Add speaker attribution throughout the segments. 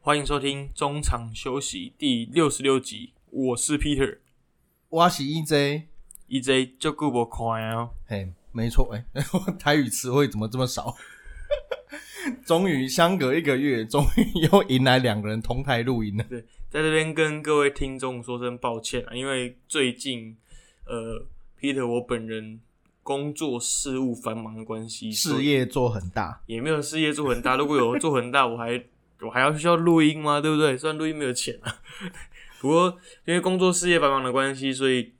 Speaker 1: 欢迎收听中场休息第六十六集，我是 Peter
Speaker 2: 我是 EJ，
Speaker 1: EJ，就顾不看哦。
Speaker 2: 嘿，没错，哎、 我台语词汇怎么这么少？ 终于相隔一个月，终于又迎来两个人同台录音了。
Speaker 1: 在这边跟各位听众说声抱歉啊，因为最近呃，Peter 我本人工作事务繁忙的关系，所
Speaker 2: 事
Speaker 1: 以
Speaker 2: 业做很大，
Speaker 1: 也没有事业做很大。如 果有做很大，我还我还要需要录音吗？对不对？虽然录音没有钱啊， 不过因为工作事业繁忙的关系，所以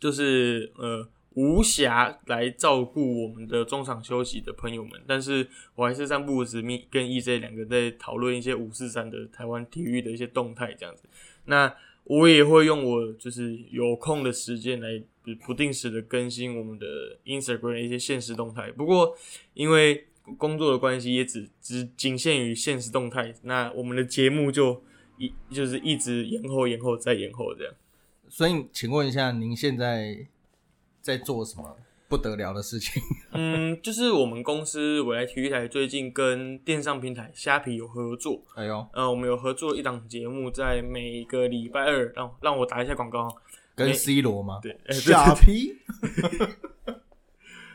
Speaker 1: 就是呃无暇来照顾我们的中场休息的朋友们。但是我还是三不五时密跟 EJ 两个在讨论一些五四三的台湾体育的一些动态这样子。那我也会用我就是有空的时间来不不定时的更新我们的 Instagram 的一些现实动态。不过因为工作的关系，也只只仅限于现实动态。那我们的节目就一就是一直延后、延后再延后这样。
Speaker 2: 所以请问一下，您现在在做什么不得了的事情？
Speaker 1: 嗯，就是我们公司未来体育台最近跟电商平台虾皮有合作，
Speaker 2: 哎呦，
Speaker 1: 呃，我们有合作一档节目，在每个礼拜二，让让我打一下广告哦，
Speaker 2: 跟
Speaker 1: 没
Speaker 2: C 罗吗？
Speaker 1: 对，呃对
Speaker 2: 傻逼，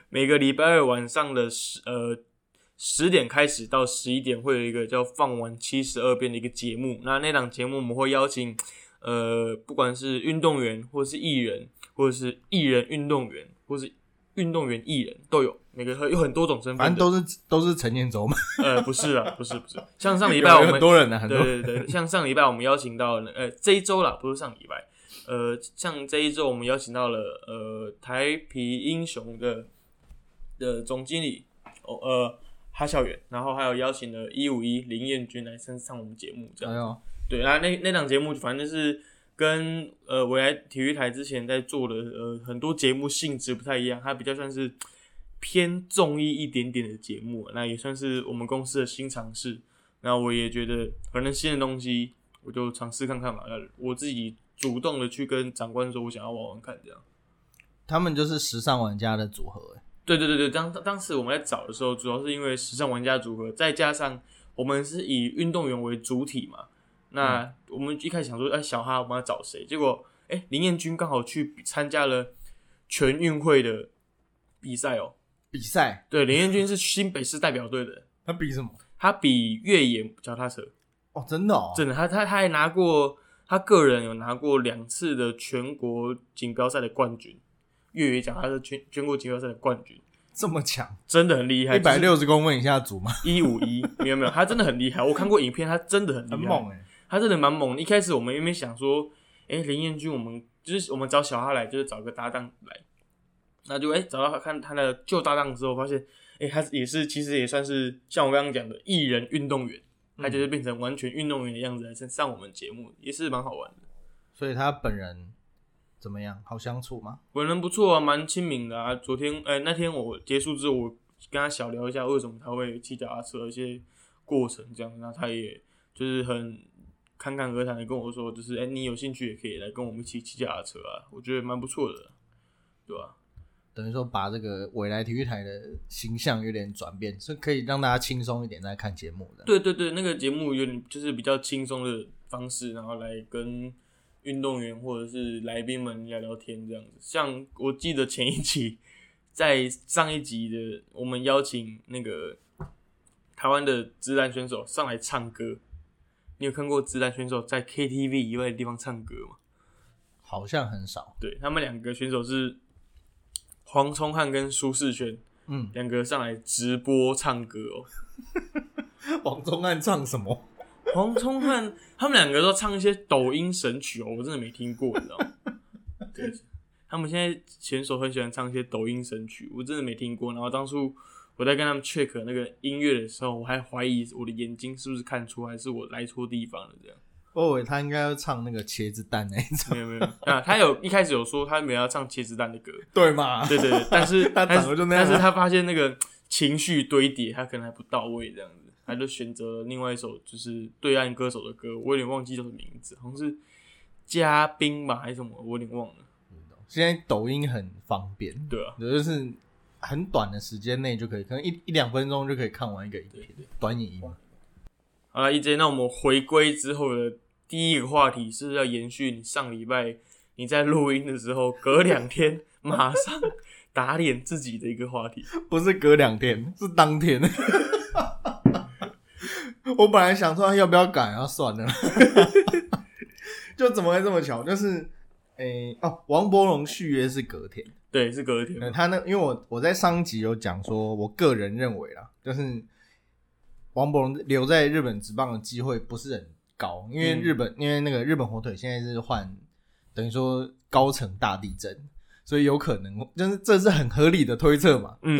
Speaker 1: 每个礼拜二晚上的十呃十点开始到十一点，会有一个叫“放完七十二变”的一个节目。那那档节目我们会邀请呃，不管是运动员，或是艺人，或是艺人运动员，或是运动员艺人都有，每个有很多种身
Speaker 2: 反
Speaker 1: 份
Speaker 2: 正
Speaker 1: 的。
Speaker 2: 都是都是陈彦州嘛。
Speaker 1: 呃，不是啊，不是 不是，像上礼拜我
Speaker 2: 有
Speaker 1: 们
Speaker 2: 很多人呢、啊，很多
Speaker 1: 对
Speaker 2: 人
Speaker 1: 对对，像上礼拜我们邀请到了，呃，这一周啦，不是上礼拜，呃，像这一周我们邀请到了，呃，台皮英雄的的总经理，哦，呃，哈孝远，然后还有邀请了一五一林彦君来上上我们节目，这
Speaker 2: 哎
Speaker 1: 样，
Speaker 2: 呦，
Speaker 1: 对啊，那那档节目反正就是跟呃未来体育台之前在做的呃很多节目性质不太一样，它比较算是偏综艺一点点的节目，啊那也算是我们公司的新尝试。那我也觉得反正新的东西我就尝试看看嘛，那我自己主动的去跟长官说我想要玩玩看这样。
Speaker 2: 他们就是时尚玩家的组合、哎
Speaker 1: 对对对对，当当当时我们在找的时候，主要是因为时尚玩家组合，再加上我们是以运动员为主体嘛。
Speaker 2: 嗯
Speaker 1: 那我们一开始想说，哎，小哈，我们要找谁？结果，哎，林彦君刚好去参加了全运会的比赛哦。
Speaker 2: 比赛，
Speaker 1: 对，林彦君是新北市代表队的，
Speaker 2: 他比什么？
Speaker 1: 他比越野脚踏车，
Speaker 2: 哦，真的哦，
Speaker 1: 真的，他他他还拿过，他个人有拿过两次的全国锦标赛的冠军，越野脚踏车全全国锦标赛的冠军，
Speaker 2: 这么强，
Speaker 1: 真的很厉害，
Speaker 2: 一百
Speaker 1: 就是
Speaker 2: 六十公分以下组吗？
Speaker 1: 一五一，没有没有，他真的很厉害，我看过影片，他真的很厉害，
Speaker 2: 很猛哎、
Speaker 1: 他真的蛮猛的。一开始我们原本想说，诶，林彦君，我们就是我们找小哈来，就是找个搭档来，那就诶找到他看他的旧搭档之后，发现诶，他也是其实也算是像我刚刚讲的艺人运动员，他就是变成完全运动员的样子来上上我们节目，也是蛮好玩的。
Speaker 2: 所以他本人怎么样？好相处吗？
Speaker 1: 本人不错啊，蛮亲民的啊。昨天诶，那天我结束之后，我跟他小聊一下为什么他会骑脚踏车的一些过程，这样，那他也就是很侃侃而谈的跟我说，就是哎、诶你有兴趣也可以来跟我们一起骑脚踏车啊，我觉得蛮不错的，对吧、
Speaker 2: 等于说把这个未来体育台的形象有点转变，是可以让大家轻松一点在看节目的。，
Speaker 1: 对对对，那个节目有点就是比较轻松的方式，然后来跟运动员或者是来宾们聊聊天这样子。像我记得前一集，在上一集的我们邀请那个台湾的直男选手上来唱歌。你有看过直男选手在 KTV 以外的地方唱歌吗？
Speaker 2: 好像很少。
Speaker 1: 对他们两个选手是黄聪汉跟舒适轩
Speaker 2: 嗯，
Speaker 1: 两个上来直播唱歌哦。
Speaker 2: 王宗汉唱什么？
Speaker 1: 黄聪汉他们两个都唱一些抖音神曲哦，我真的没听过，你知道吗？ 对，他们现在选手很喜欢唱一些抖音神曲，我真的没听过。然后当初我在跟他们 check 那个音乐的时候，我还怀疑我的眼睛是不是看错，还是我来错地方了这样。
Speaker 2: 哦我以为他应该要唱那个茄子蛋那一种，
Speaker 1: 没有没有啊，他有一开始有说他没有要唱茄子蛋的歌，
Speaker 2: 对 嘛？
Speaker 1: 对对对，但是
Speaker 2: 他长得就那样啊
Speaker 1: 但是但是他发现那个情绪堆叠，他可能还不到位，这样子，他就选择了另外一首就是对岸歌手的歌，我有点忘记叫什么名字，好像是嘉宾吧还是什么，我有点忘了。
Speaker 2: 现在抖音很方便，
Speaker 1: 对啊，
Speaker 2: 就是很短的时间内就可以，可能一一两分钟就可以看完一个影片，短影音嘛。
Speaker 1: 好了，EJ，那我们回归之后的第一个话题是不是要延续你上礼拜你在录音的时候，隔两天马上打脸自己的一个话题？
Speaker 2: 不是隔两天，是当天。 我本来想说要不要改，啊，算了， 就怎么会这么巧？就是，诶、哦，王伯荣续约是隔天，
Speaker 1: 对，是隔天
Speaker 2: 呃，
Speaker 1: 嘛。
Speaker 2: 他那因为我我在上一集有讲说，我个人认为啦，就是王伯荣留在日本职棒的机会不是很高，因为
Speaker 1: 嗯
Speaker 2: 日本、因为那个日本火腿现在是换等于说高层大地震，所以有可能就是这是很合理的推测嘛，
Speaker 1: 嗯，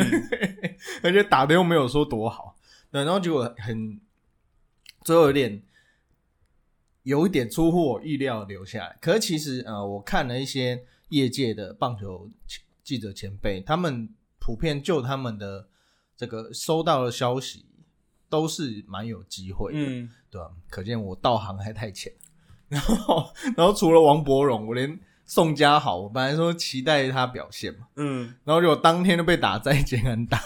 Speaker 2: 而且打的又没有说多好，对，然后结果很最后有点有一点出乎我意料留下来。可是其实呃，我看了一些业界的棒球记记者前辈，他们普遍就他们的这个收到的消息都是蛮有机会的，
Speaker 1: 嗯，
Speaker 2: 对吧、可见我道行还太浅。 然后，然后除了王伯荣，我连宋家豪，我本来说期待他表现嘛，
Speaker 1: 嗯，
Speaker 2: 然后结果当天就被打 再见安打。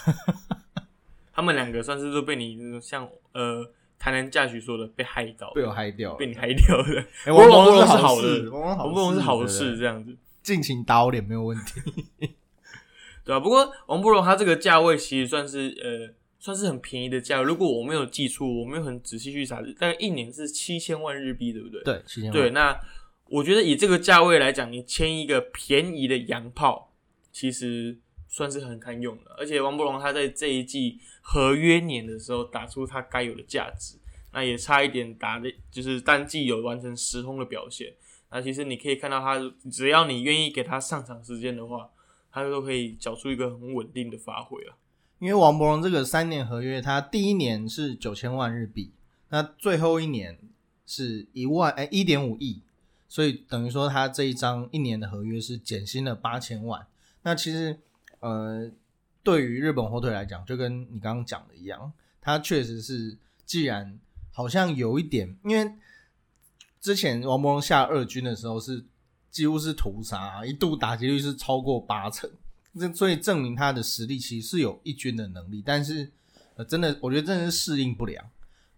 Speaker 1: 他们两个算是都被你像呃台南嫁娶说的被害到，
Speaker 2: 被我嗨掉了，
Speaker 1: 被你害掉了。
Speaker 2: 哎
Speaker 1: 王
Speaker 2: 伯
Speaker 1: 龙
Speaker 2: 荣
Speaker 1: 是
Speaker 2: 好
Speaker 1: 好的，
Speaker 2: 王
Speaker 1: 王
Speaker 2: 伯
Speaker 1: 不
Speaker 2: 荣
Speaker 1: 荣是好
Speaker 2: 对
Speaker 1: 事
Speaker 2: 对
Speaker 1: 这样子，
Speaker 2: 尽情打我脸没有问题。
Speaker 1: 对吧、不过王不荣他这个价位其实算是呃算是很便宜的价位，如果我没有记错，我没有很仔细去查，大概一年是七千万日币，对不对？
Speaker 2: 对，七千
Speaker 1: 对，那我觉得以这个价位来讲，你签一个便宜的洋炮，其实算是很堪用的。而且王伯荣他在这一季合约年的时候打出他该有的价值，那也差一点打的，就是单季有完成十轰的表现。那其实你可以看到他，只要你愿意给他上场时间的话，他都可以缴出一个很稳定的发挥啊。
Speaker 2: 因为王伯荣这个三年合约，他第一年是九千万日币，那最后一年是一万哎一点五亿，所以等于说他这一张一年的合约是减薪了八千万。那其实呃，对于日本火腿来讲，就跟你刚刚讲的一样，他确实是既然好像有一点，因为之前王伯荣下二军的时候是几乎是屠杀，一度打击率是超过八成。这所以证明他的实力其实是有一军的能力，但是呃，真的我觉得真的是适应不良，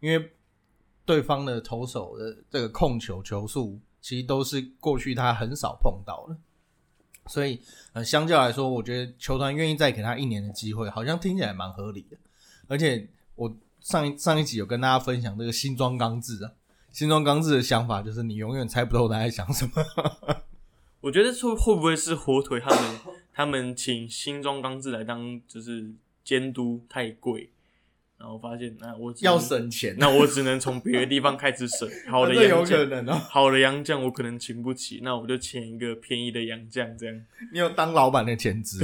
Speaker 2: 因为对方的投手的这个控球球速其实都是过去他很少碰到的，所以呃，相较来说，我觉得球团愿意再给他一年的机会，好像听起来蛮合理的。而且我上一上一集有跟大家分享这个新庄刚志啊，新庄刚志的想法就是你永远猜不透他在想什么。
Speaker 1: 我觉得说会不会是火腿他 们他们请新庄刚志来当就是监督太贵，然后发现那我只能
Speaker 2: 要，省钱，啊
Speaker 1: 那我只能从别的地方开始省。好的
Speaker 2: 这有
Speaker 1: 洋
Speaker 2: 可
Speaker 1: 将，
Speaker 2: 能哦。
Speaker 1: 好的洋将我可能请不起，那我就请一个便宜的洋将这样。
Speaker 2: 你有当老板的潜质，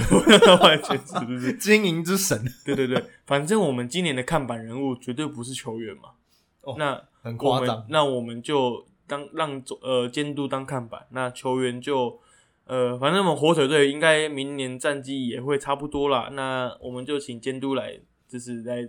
Speaker 1: 完全是不是？
Speaker 2: 经营 之神，
Speaker 1: 对对对，反正我们今年的看板人物绝对不是球员嘛。
Speaker 2: 哦
Speaker 1: 那
Speaker 2: 很
Speaker 1: 我
Speaker 2: 夸
Speaker 1: 们
Speaker 2: 张。
Speaker 1: 那我们就当让总呃监督当看板，那球员就呃，反正我们火腿队应该明年战绩也会差不多啦。那我们就请监督来，就是来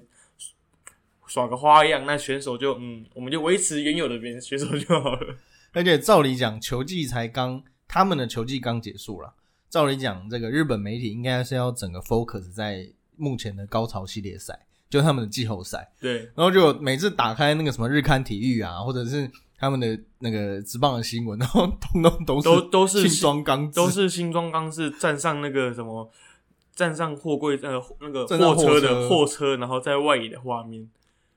Speaker 1: 耍个花样。那选手就嗯，我们就维持原有的选选手就 好了。
Speaker 2: 而且照理讲，球季才刚，他们的球季刚结束了。照理讲，这个日本媒体应该是要整个 focus 在目前的高潮系列赛，就他们的季后赛。
Speaker 1: 对，
Speaker 2: 然后就每次打开那个什么日刊体育啊，或者是他们的那个职棒的新闻， 然后通通都是
Speaker 1: 都都是
Speaker 2: 轻装刚直
Speaker 1: 都是新装刚是站上那个什么。站上货柜呃那个
Speaker 2: 站
Speaker 1: 货
Speaker 2: 上货
Speaker 1: 车
Speaker 2: 车
Speaker 1: 的货车，然后在外野的画面，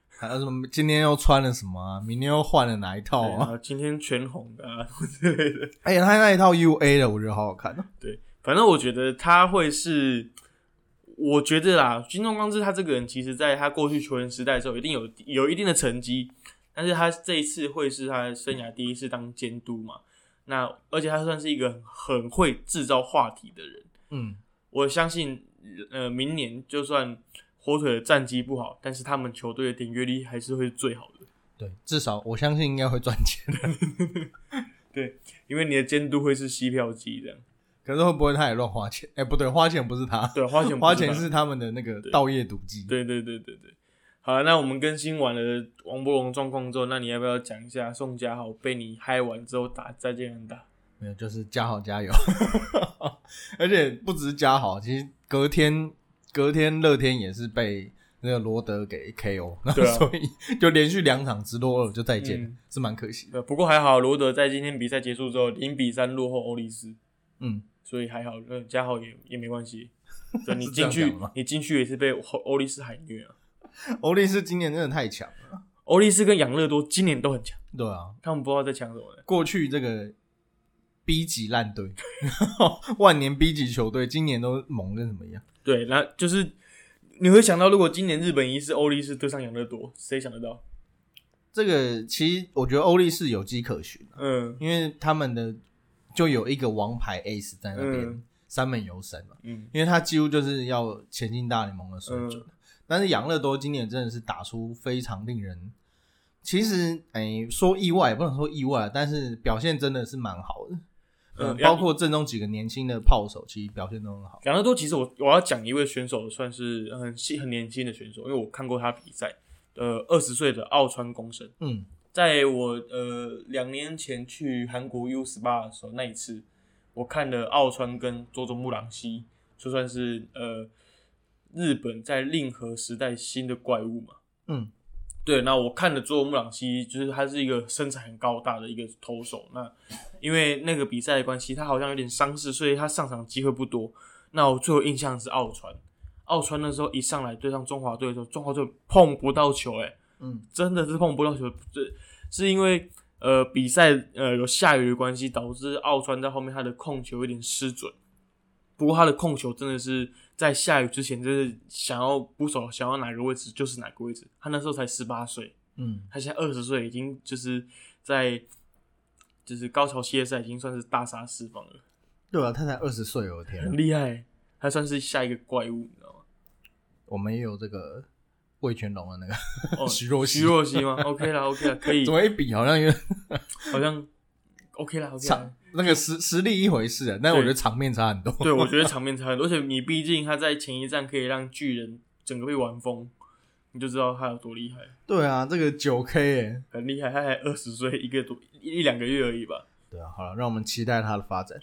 Speaker 2: 还有什么今天又穿了什么啊，明天又换了哪一套
Speaker 1: 对然
Speaker 2: 啊？
Speaker 1: 后今天全红的啊之类的，
Speaker 2: 哎呀，他那一套 U A 的，我觉得好好看、啊。
Speaker 1: 对，反正我觉得他会是，我觉得啦，金钟刚志他这个人，其实在他过去球员时代的时候，一定有有一定的成绩，但是他这一次会是他生涯第一次当监督嘛。那而且他算是一个很会制造话题的人，
Speaker 2: 嗯，
Speaker 1: 我相信，呃，明年就算火腿的战绩不好，但是他们球队的点阅率还是会是最好的，
Speaker 2: 对，至少我相信应该会赚钱。
Speaker 1: 因为你的监督会是吸票机这样。
Speaker 2: 可是会不会他也乱花钱？哎、 不对，花钱不是他，
Speaker 1: 对，花钱不
Speaker 2: 花钱
Speaker 1: 他
Speaker 2: 是他们的那个盗业毒计。，
Speaker 1: 对对对对对，好了，啊那我们更新完了王伯荣状况之后，那你要不要讲一下宋佳豪被你嗨完之后打再见人打？
Speaker 2: 没有就是加好加油， 而且不只是加好，其实隔天隔天乐天也是被那个罗德给 KO，然后
Speaker 1: 对啊
Speaker 2: 所以就连续两场直落二就再见了，
Speaker 1: 嗯
Speaker 2: 是蛮可惜的。
Speaker 1: 对，不过还好，罗德在今天比赛结束之后零比三落后欧力士，
Speaker 2: 嗯，
Speaker 1: 所以还好，那嘉豪也也没关系。 对你
Speaker 2: 是这样
Speaker 1: 进去
Speaker 2: 讲吗，
Speaker 1: 你进去也是被欧欧力士海虐啊。
Speaker 2: 欧力士今年真的太强了，
Speaker 1: 欧力士跟养乐多今年都很强，
Speaker 2: 对啊，
Speaker 1: 他们不知道在抢什么呢。
Speaker 2: 过去这个 B 级烂队， 万年 B 级球队，今年都猛跟什么一样？
Speaker 1: 对，然后就是你会想到，如果今年日本一是欧力士对上养乐多，谁想得到？
Speaker 2: 这个其实我觉得欧力士有迹可循，
Speaker 1: 嗯
Speaker 2: 因为他们的就有一个王牌 ace 在那边，
Speaker 1: 嗯
Speaker 2: 三本游神嘛，
Speaker 1: 嗯，
Speaker 2: 因为他几乎就是要前进大联盟的水准。但是养乐多今年真的是打出非常令人，其实哎、说意外也不能说意外，啊但是表现真的是蛮好的。嗯
Speaker 1: 嗯，
Speaker 2: 包括阵中几个年轻的炮手，其实表现都很好。
Speaker 1: 养乐多其实我我要讲一位选手，算是很新很年轻的选手，因为我看过他比赛。呃，二十岁的奥川公生，
Speaker 2: 嗯，
Speaker 1: 在我呃两年前去韩国 U 十八的时候，那一次我看了奥川跟佐佐木朗希，就算是呃日本在令和时代新的怪物嘛。
Speaker 2: 嗯，
Speaker 1: 对。那我看了佐佐木朗希，就是他是一个身材很高大的一个投手。那因为那个比赛的关系，他好像有点伤势，所以他上场机会不多。那我最有印象是奥川，奥川那时候一上来对上中华队的时候，中华队碰不到球、欸，
Speaker 2: 嗯，
Speaker 1: 真的是碰不到球，是是因为呃比赛呃有下雨的关系，导致奥川在后面他的控球有点失准。不过他的控球真的是在下雨之前，就是想要捕手想要哪个位置就是哪个位置。他那时候才十八岁，
Speaker 2: 嗯，
Speaker 1: 他现在二十岁，已经就是在就是高潮系列赛已经算是大杀四方了，
Speaker 2: 对啊，他才二十岁，我的天啊、
Speaker 1: 很厉害。他算是下一个怪物，你知道吗？
Speaker 2: 我们也有这个魏全龙的那个，
Speaker 1: 哦，
Speaker 2: 徐若曦
Speaker 1: 徐若曦吗？OK 啦，OK 啦，可以
Speaker 2: 怎，么一比好像有点
Speaker 1: 好像 OK 啦，OK 啦
Speaker 2: 场。那个实实力一回事啊，但我觉得
Speaker 1: 对
Speaker 2: 场面差很 多。
Speaker 1: 对，我觉得场面差很多，而且你毕竟他在前一站可以让巨人整个被玩疯，你就知道他有多厉害，
Speaker 2: 对啊，这个九 K 哎，
Speaker 1: 很厉害。他才二十岁，一个多一一两个月而已吧。
Speaker 2: 对啊，好了，让我们期待它的发展。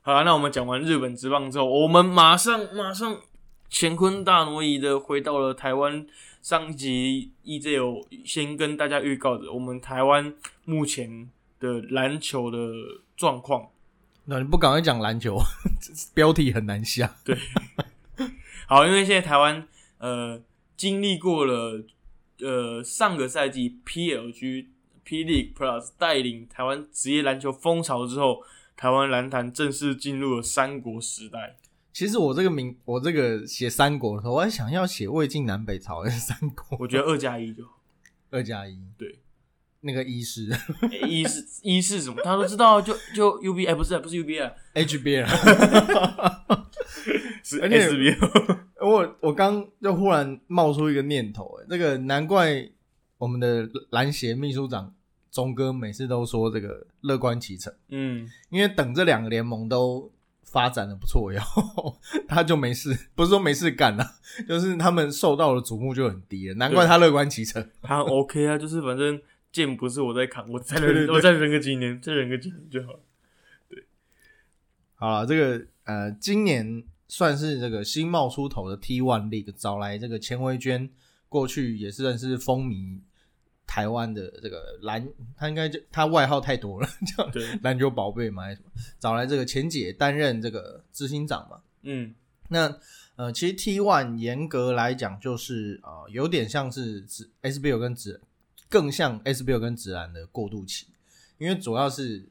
Speaker 1: 好啦，那我们讲完日本职棒之后，我们马上马上乾坤大挪移的回到了台湾。上一集 EJ 有先跟大家预告的，我们台湾目前的篮球的状况。
Speaker 2: 那你不赶快讲篮球， 标题很难下。
Speaker 1: 好，因为现在台湾呃经历过了呃上个赛季 PLG P League Plus 带领台湾职业篮球风潮之后，台湾篮坛正式进入了三国时代。
Speaker 2: 其实我这个名，我这个写三国的时候，我还想要写魏晋南北朝 还是三国，
Speaker 1: 我觉得二加一 就好，
Speaker 2: 二加一，
Speaker 1: 对，
Speaker 2: 那个一 是
Speaker 1: 诶一是一是什么？大家都知道，就就 UBI 不是不是 UBI 啊
Speaker 2: HBL。
Speaker 1: 是
Speaker 2: 而且
Speaker 1: SBL。
Speaker 2: 我我刚就忽然冒出一个念头，哎，这个难怪我们的篮协秘书长钟哥每次都说这个乐观其成。
Speaker 1: 嗯，
Speaker 2: 因为等这两个联盟都发展的不错以后， 他就没事，不是说没事干了，就是他们受到的瞩目就很低了，难怪他乐观其成。
Speaker 1: 他 OK 啊，就是反正剑不是我在扛，我再忍
Speaker 2: 对对对
Speaker 1: 我再忍个几年，再忍个几年就好了。
Speaker 2: 好了，这个呃，今年算是这个新冒出头的 T One League 找来这个钱维娟，过去也是认识风靡台湾的这个篮，他应该就他外号太多了， 叫
Speaker 1: 对，
Speaker 2: 篮球宝贝嘛，还是什么？找来这个钱姐担任这个执行长嘛。
Speaker 1: 嗯
Speaker 2: 那呃，其实 T One 严格来讲就是呃，有点像是直 SBL 跟直，更像 SBL 跟直男的过渡期，因为主要是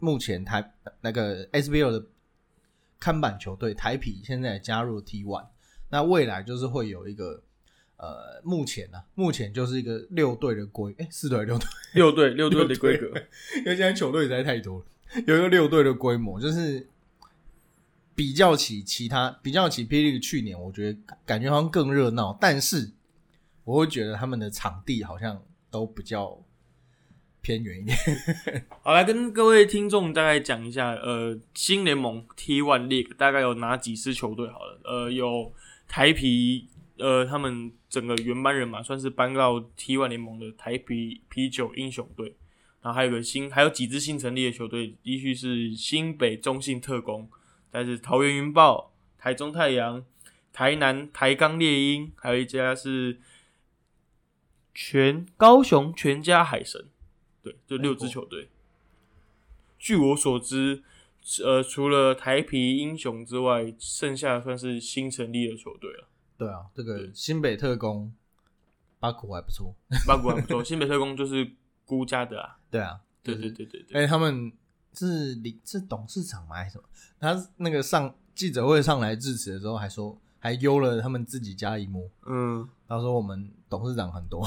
Speaker 2: 目前台那个 SBL 的看板球队台匹现在也加入 T One，那未来就是会有一个呃，目前啊，目前就是一个六队的规，哎、四队还是六队，
Speaker 1: 六队六队的规格，
Speaker 2: 因为现在球队实在太多了，有一个六队的规模，就是比较起其他，比较起 P League 去年，我觉得感觉好像更热闹，但是我会觉得他们的场地好像都比较偏远一点。
Speaker 1: 好，来跟各位听众大概讲一下，呃，新联盟 T One League 大概有哪几支球队？好了，呃，有台皮，呃，他们整个原班人马算是搬到 T One 联盟的台皮啤酒英雄队，然后还有个新，还有几支新成立的球队，依序是新北中信特工，但是桃园云豹、台中太阳、台南台钢猎鹰，还有一家是全高雄全家海神，对，就六支球队。据我所知，呃，除了台皮英雄之外，剩下算是新成立的球队了。
Speaker 2: 对啊，这个
Speaker 1: 对
Speaker 2: 新北特工巴古还不错。
Speaker 1: 八股还不错，新北特工就是孤家的啊。
Speaker 2: 对啊，
Speaker 1: 对
Speaker 2: 就是
Speaker 1: 对对对对，
Speaker 2: 哎、他们是理是董事长吗还是什么？他那个上记者会上来致辞的时候，还说还优了他们自己家一幕，
Speaker 1: 嗯，
Speaker 2: 他说我们董事长很多，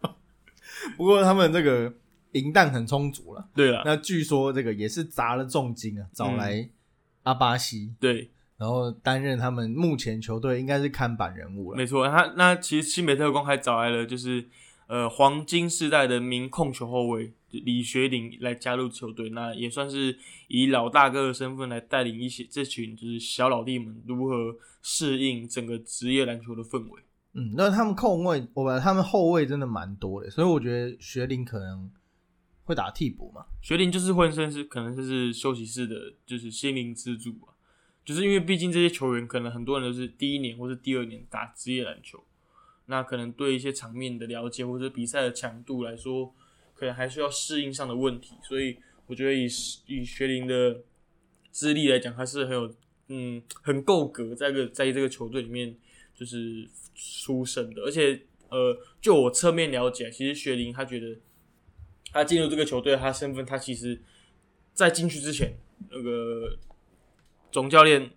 Speaker 2: 不过他们这个银弹很充足了。
Speaker 1: 对了，
Speaker 2: 那据说这个也是砸了重金啊，找来阿巴西，
Speaker 1: 对，
Speaker 2: 然后担任他们目前球队应该是看板人物了。
Speaker 1: 没错。他那其实新北特工还找来了就是呃黄金世代的名控球后卫李学鼎来加入球队，那也算是以老大哥的身份来带领一些这群就是小老弟们如何适应整个职业篮球的氛围。
Speaker 2: 嗯，那他们控卫，我把他们后卫真的蛮多的，所以我觉得学林可能会打替补嘛。
Speaker 1: 学龄就是混身是可能就是休息室的，就是心灵支柱吧。就是因为毕竟这些球员可能很多人都是第一年或是第二年打职业篮球，那可能对一些场面的了解或者比赛的强度来说，可能还需要适应上的问题。所以我觉得以以学龄的资历来讲，他是很有嗯很够格在这个在这个球队里面就是出身的，而且呃，就我侧面了解，其实学林他觉得他进入这个球队，他身份他其实在进去之前，那个总教练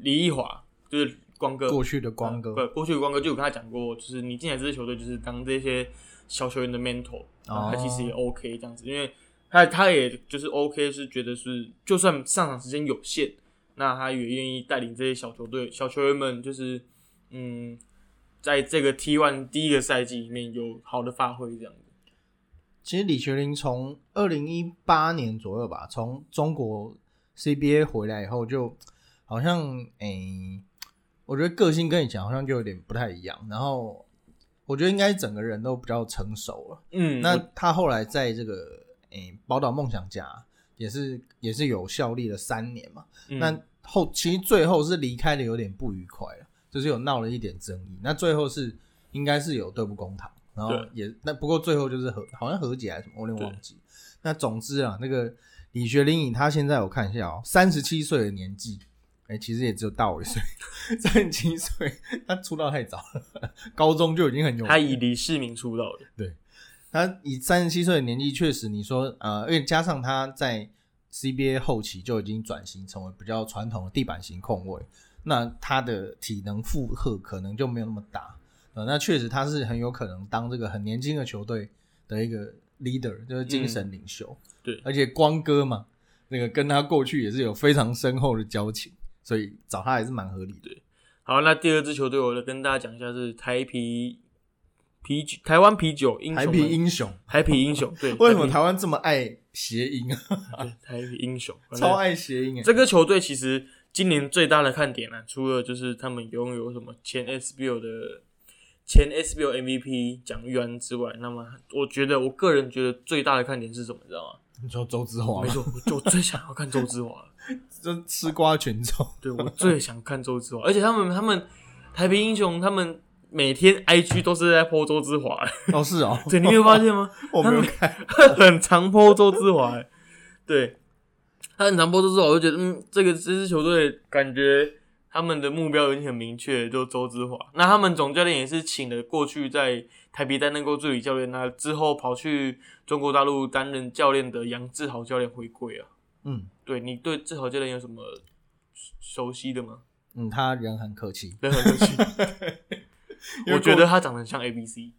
Speaker 1: 李易华就是光哥
Speaker 2: 过去的光哥，
Speaker 1: 对，过去的光哥就有跟他讲过，就是你进来这支球队就是当这些小球员的 mentor，、
Speaker 2: 哦
Speaker 1: 他其实也 OK 这样子，因为他他也就是 OK 是觉得是就算上场时间有限，那他也愿意带领这些小球队小球员们，就是嗯，在这个 T one 第一个赛季里面有好的发挥这样子。
Speaker 2: 其实李学林从二零一八年左右吧，从中国 CBA 回来以后就，好像诶、我觉得个性跟以前好像就有点不太一样。然后我觉得应该整个人都比较成熟了。
Speaker 1: 嗯，
Speaker 2: 那
Speaker 1: 我
Speaker 2: 他后来在这个诶、宝岛梦想家也是也是有效力了三年嘛。
Speaker 1: 嗯
Speaker 2: 那后其实最后是离开的有点不愉快了，就是有闹了一点争议。那最后是应该是有对簿公堂，然后
Speaker 1: 对
Speaker 2: 也那不过最后就是和好像和解还是什么，我有点忘记。那总之啊，那个李学林以他现在我看一下哦、三十七岁的年纪。哎、其实也只有大我一岁， 三十七岁，他出道太早了，高中就已经很有名了。
Speaker 1: 他以李世民出道的，
Speaker 2: 他以三十七岁的年纪，确实你说呃，而且加上他在 CBA 后期就已经转型成为比较传统的地板型控卫，那他的体能负荷可能就没有那么大。呃，那确实他是很有可能当这个很年轻的球队的一个 leader，就是精神领袖。
Speaker 1: 对
Speaker 2: 而且光哥嘛，那个跟他过去也是有非常深厚的交情，所以找他也是蛮合理的。
Speaker 1: 好，那第二支球队，我来跟大家讲一下是台啤啤酒，台湾啤酒英雄
Speaker 2: 台
Speaker 1: 们，
Speaker 2: 啤英雄，
Speaker 1: 台啤英雄，对，
Speaker 2: 为什么
Speaker 1: 台
Speaker 2: 台湾这么爱谐音 啊？
Speaker 1: 啤对台啤英雄？反正
Speaker 2: 超爱谐音哎、
Speaker 1: 这个球队其实今年最大的看点呢、除了就是他们拥有什么前 SBL 的前 SBL MVP 蒋玉安之外，那么我觉得我个人觉得最大的看点是什么，你知道
Speaker 2: 你说周之
Speaker 1: 吗？
Speaker 2: 华
Speaker 1: 没错，我我最想要看周之华了。
Speaker 2: 这吃瓜群众，
Speaker 1: 对我最想看周之华，而且他们他们台北英雄他们每天 IG 都是在 po 周之华，
Speaker 2: 哦是 哦，
Speaker 1: 对，你没有发现吗？
Speaker 2: 我没有看，
Speaker 1: 他 很常 po 周之华，欸对，他很常 po 周之华，我就觉得嗯，这个这支球队感觉他们的目标已经很明确，就周之华。那他们总教练也是请了过去在台北担任过助理教练，那之后跑去中国大陆担任教练的杨志豪教练回归啊。
Speaker 2: 嗯
Speaker 1: 对你对志豪教练有什么熟悉的吗？
Speaker 2: 嗯，他人很客气，
Speaker 1: 任何东西。我觉得他长得很像 A B C，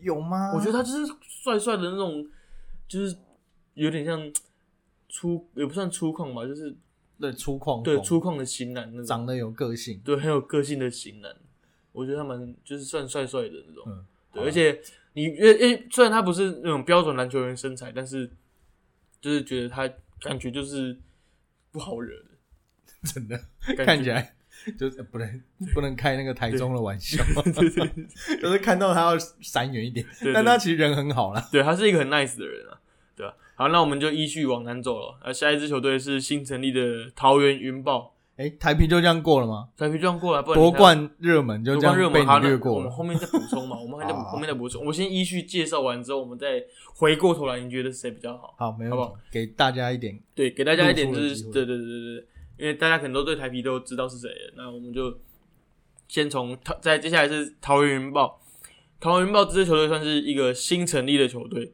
Speaker 2: 有吗？
Speaker 1: 我觉得他就是帅帅的那种，就是有点像粗，也不算粗犷吧，就是
Speaker 2: 对粗犷，
Speaker 1: 对粗犷的型男那种，
Speaker 2: 长得有个性，
Speaker 1: 对很有个性的型男。我觉得他蛮就是算帅帅的那种，
Speaker 2: 嗯
Speaker 1: 对，
Speaker 2: 好
Speaker 1: 而且你因为因为虽然他不是那种标准篮球员身材，但是就是觉得他感觉就是不好惹的，
Speaker 2: 真的
Speaker 1: 感觉
Speaker 2: 看起来 就是呃不能不能开那个台中的玩笑，
Speaker 1: 对对对
Speaker 2: 就是看到他要闪远一点，
Speaker 1: 对
Speaker 2: 但他其实人很好啦。
Speaker 1: 对，他是一个很 nice 的人啊，对吧、好，那我们就依序往南走了。呃，下一支球队是新成立的桃园云豹，
Speaker 2: 哎，台皮就这样过了吗？
Speaker 1: 台皮这样过来，不然你
Speaker 2: 夺
Speaker 1: 看
Speaker 2: 冠热门就
Speaker 1: 夺
Speaker 2: 这
Speaker 1: 冠
Speaker 2: 样
Speaker 1: 热
Speaker 2: 被
Speaker 1: 门，好，
Speaker 2: 你
Speaker 1: 那
Speaker 2: 略过
Speaker 1: 我们
Speaker 2: 了。
Speaker 1: 后面再补充嘛，我们还在
Speaker 2: 好好啊
Speaker 1: 后面再补充。我先依序介绍完之后，我们再回过头来，你觉得谁比较好？
Speaker 2: 好，没
Speaker 1: 好
Speaker 2: 问
Speaker 1: 不
Speaker 2: 题，给大家一点
Speaker 1: 对，给大家一点就
Speaker 2: 露
Speaker 1: 是
Speaker 2: 出的机会
Speaker 1: 对对对对对，因为大家可能都对台皮都知道是谁了，那我们就先从桃，在接下来是桃园云豹。桃园云豹这支球队算是一个新成立的球队，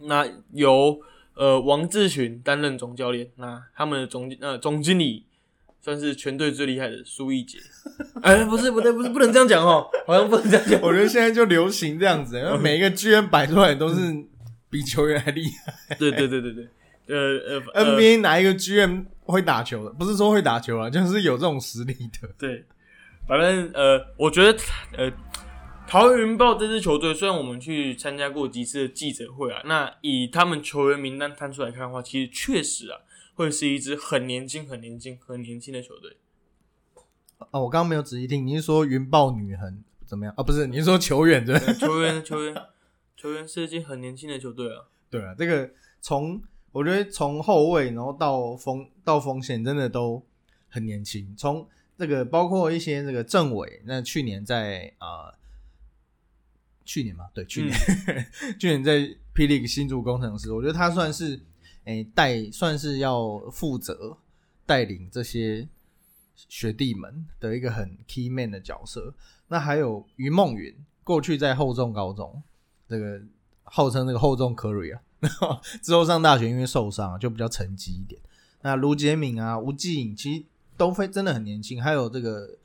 Speaker 1: 那由呃王志群担任总教练，那他们的总呃总经理算是全队最厉害的苏一杰。哎，不是不对，不是不能这样讲哦，好像不能这样 讲。
Speaker 2: 我觉得现在就流行这样子，因 为每一个剧院摆出来都是比球员还厉害。
Speaker 1: 对对对对对，呃呃
Speaker 2: NBA 哪一个剧院会打球的？不是说会打球啊， 就是有这种实力的。
Speaker 1: 对，反正呃，我觉得呃，桃园云豹这支球队，虽然我们去参加过几次的记者会啊，那以他们球员名单摊出来看的话，其实确实啊，会是一支很年轻、很年轻、很年轻的球队。
Speaker 2: 哦，我刚刚没有仔细听，你是说云豹女很怎么样？啊，不是，你是说球员对不对？
Speaker 1: 呃球员、球员、球员是一支很年轻的球队 啊。
Speaker 2: 对啊，这个从我觉得从后卫，然后到锋到锋线，真的都很年轻。从这个包括一些这个政委，那去年在啊、呃去年嘛，对，去年、 去年在霹雳新竹工程师，我觉得他算是诶带、算是要负责带领这些学弟们的一个很 key man 的角色。那还有于梦云，过去在厚重高中，这个号称这个厚重 Curry 啊，然后 之后上大学因为受伤、啊、就比较沉寂一点。那卢杰敏啊、吴继颖其实都非真的很年轻，还有这个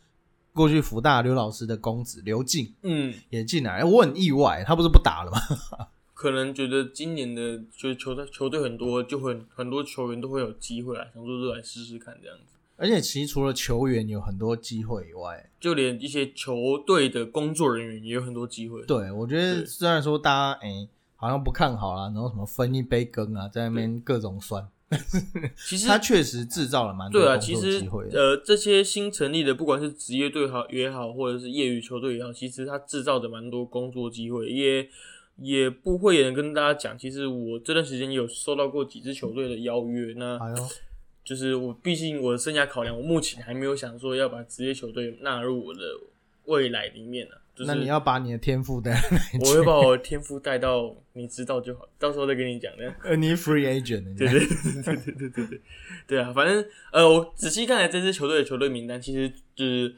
Speaker 2: 过去福大刘老师的公子刘静
Speaker 1: 嗯，
Speaker 2: 也进来，哎我很意外，他不是不打了吗？
Speaker 1: 可能觉得今年的就是球队球队很多，就会很多球员都会有机会啊，想说就来试试看这样子。
Speaker 2: 而且其实除了球员有很多机会以外，
Speaker 1: 就连一些球队的工作人员也有很多机会。
Speaker 2: 对我觉得
Speaker 1: 对
Speaker 2: 虽然说大家哎、好像不看好啦，然后什么分一杯羹啊，在那边各种酸，
Speaker 1: 其实
Speaker 2: 他确实制造了蛮多
Speaker 1: 对啊，
Speaker 2: 工
Speaker 1: 其
Speaker 2: 作
Speaker 1: 实
Speaker 2: 机会的。
Speaker 1: 呃，这些新成立的，不管是职业队好也好，或者是业余球队也好，其实它制造的蛮多工作机会，也也不会也跟大家讲，其实我这段时间有收到过几支球队的邀约，那
Speaker 2: 哎呦，
Speaker 1: 就是我毕竟我的生涯考量，我目前还没有想说要把职业球队纳入我的未来里面呢、啊。就是
Speaker 2: 那你要把你的天赋带来去，
Speaker 1: 我会把我的天赋带到你知道就好，到时候再跟你讲这样。
Speaker 2: 呃， 你 free agent，你
Speaker 1: 对 对对对对对对，对啊，反正呃，我仔细看了这支球队的球队名单，其实就是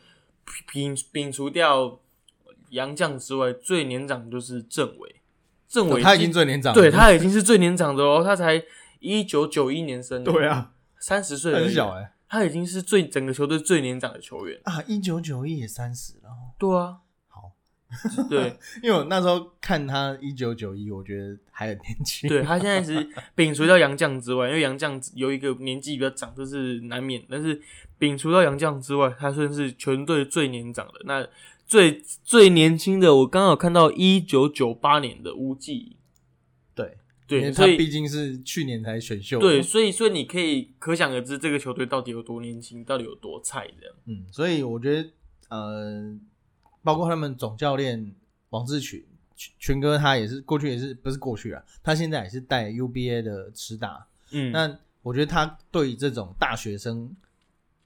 Speaker 1: 摒摒除掉杨将之外，最年长就是政委，政委
Speaker 2: 哦他已经最年长了，
Speaker 1: 对他已经是最年长的哦，他才一九九一年生的，
Speaker 2: 对啊，
Speaker 1: 三十岁而已
Speaker 2: 很小，哎、
Speaker 1: 他已经是最整个球队最年长的球员。
Speaker 2: 啊，一九九一也三十了哦。
Speaker 1: 对啊，
Speaker 2: 好，
Speaker 1: 对
Speaker 2: 因为我那时候看他一九九一，我觉得还很年轻。
Speaker 1: 对，他现在 是摒除掉杨将之外，因为杨将有一个年纪比较长，这是难免。但是摒除掉杨将之外，他算是全队最年长的。那最最年轻的，我刚好看到一九九八年的乌季，
Speaker 2: 对，因
Speaker 1: 对，
Speaker 2: 为
Speaker 1: 所
Speaker 2: 他
Speaker 1: 以
Speaker 2: 毕竟是去年才选秀，
Speaker 1: 对，，所以所以你可以可想而知，这个球队到底有多年轻，到底有多菜这样。
Speaker 2: 嗯，所以我觉得呃，包括他们总教练王志群。群群哥他也是过去也是不是过去啊，他现在也是带 UBA 的直打，
Speaker 1: 嗯，
Speaker 2: 那我觉得他对这种大学生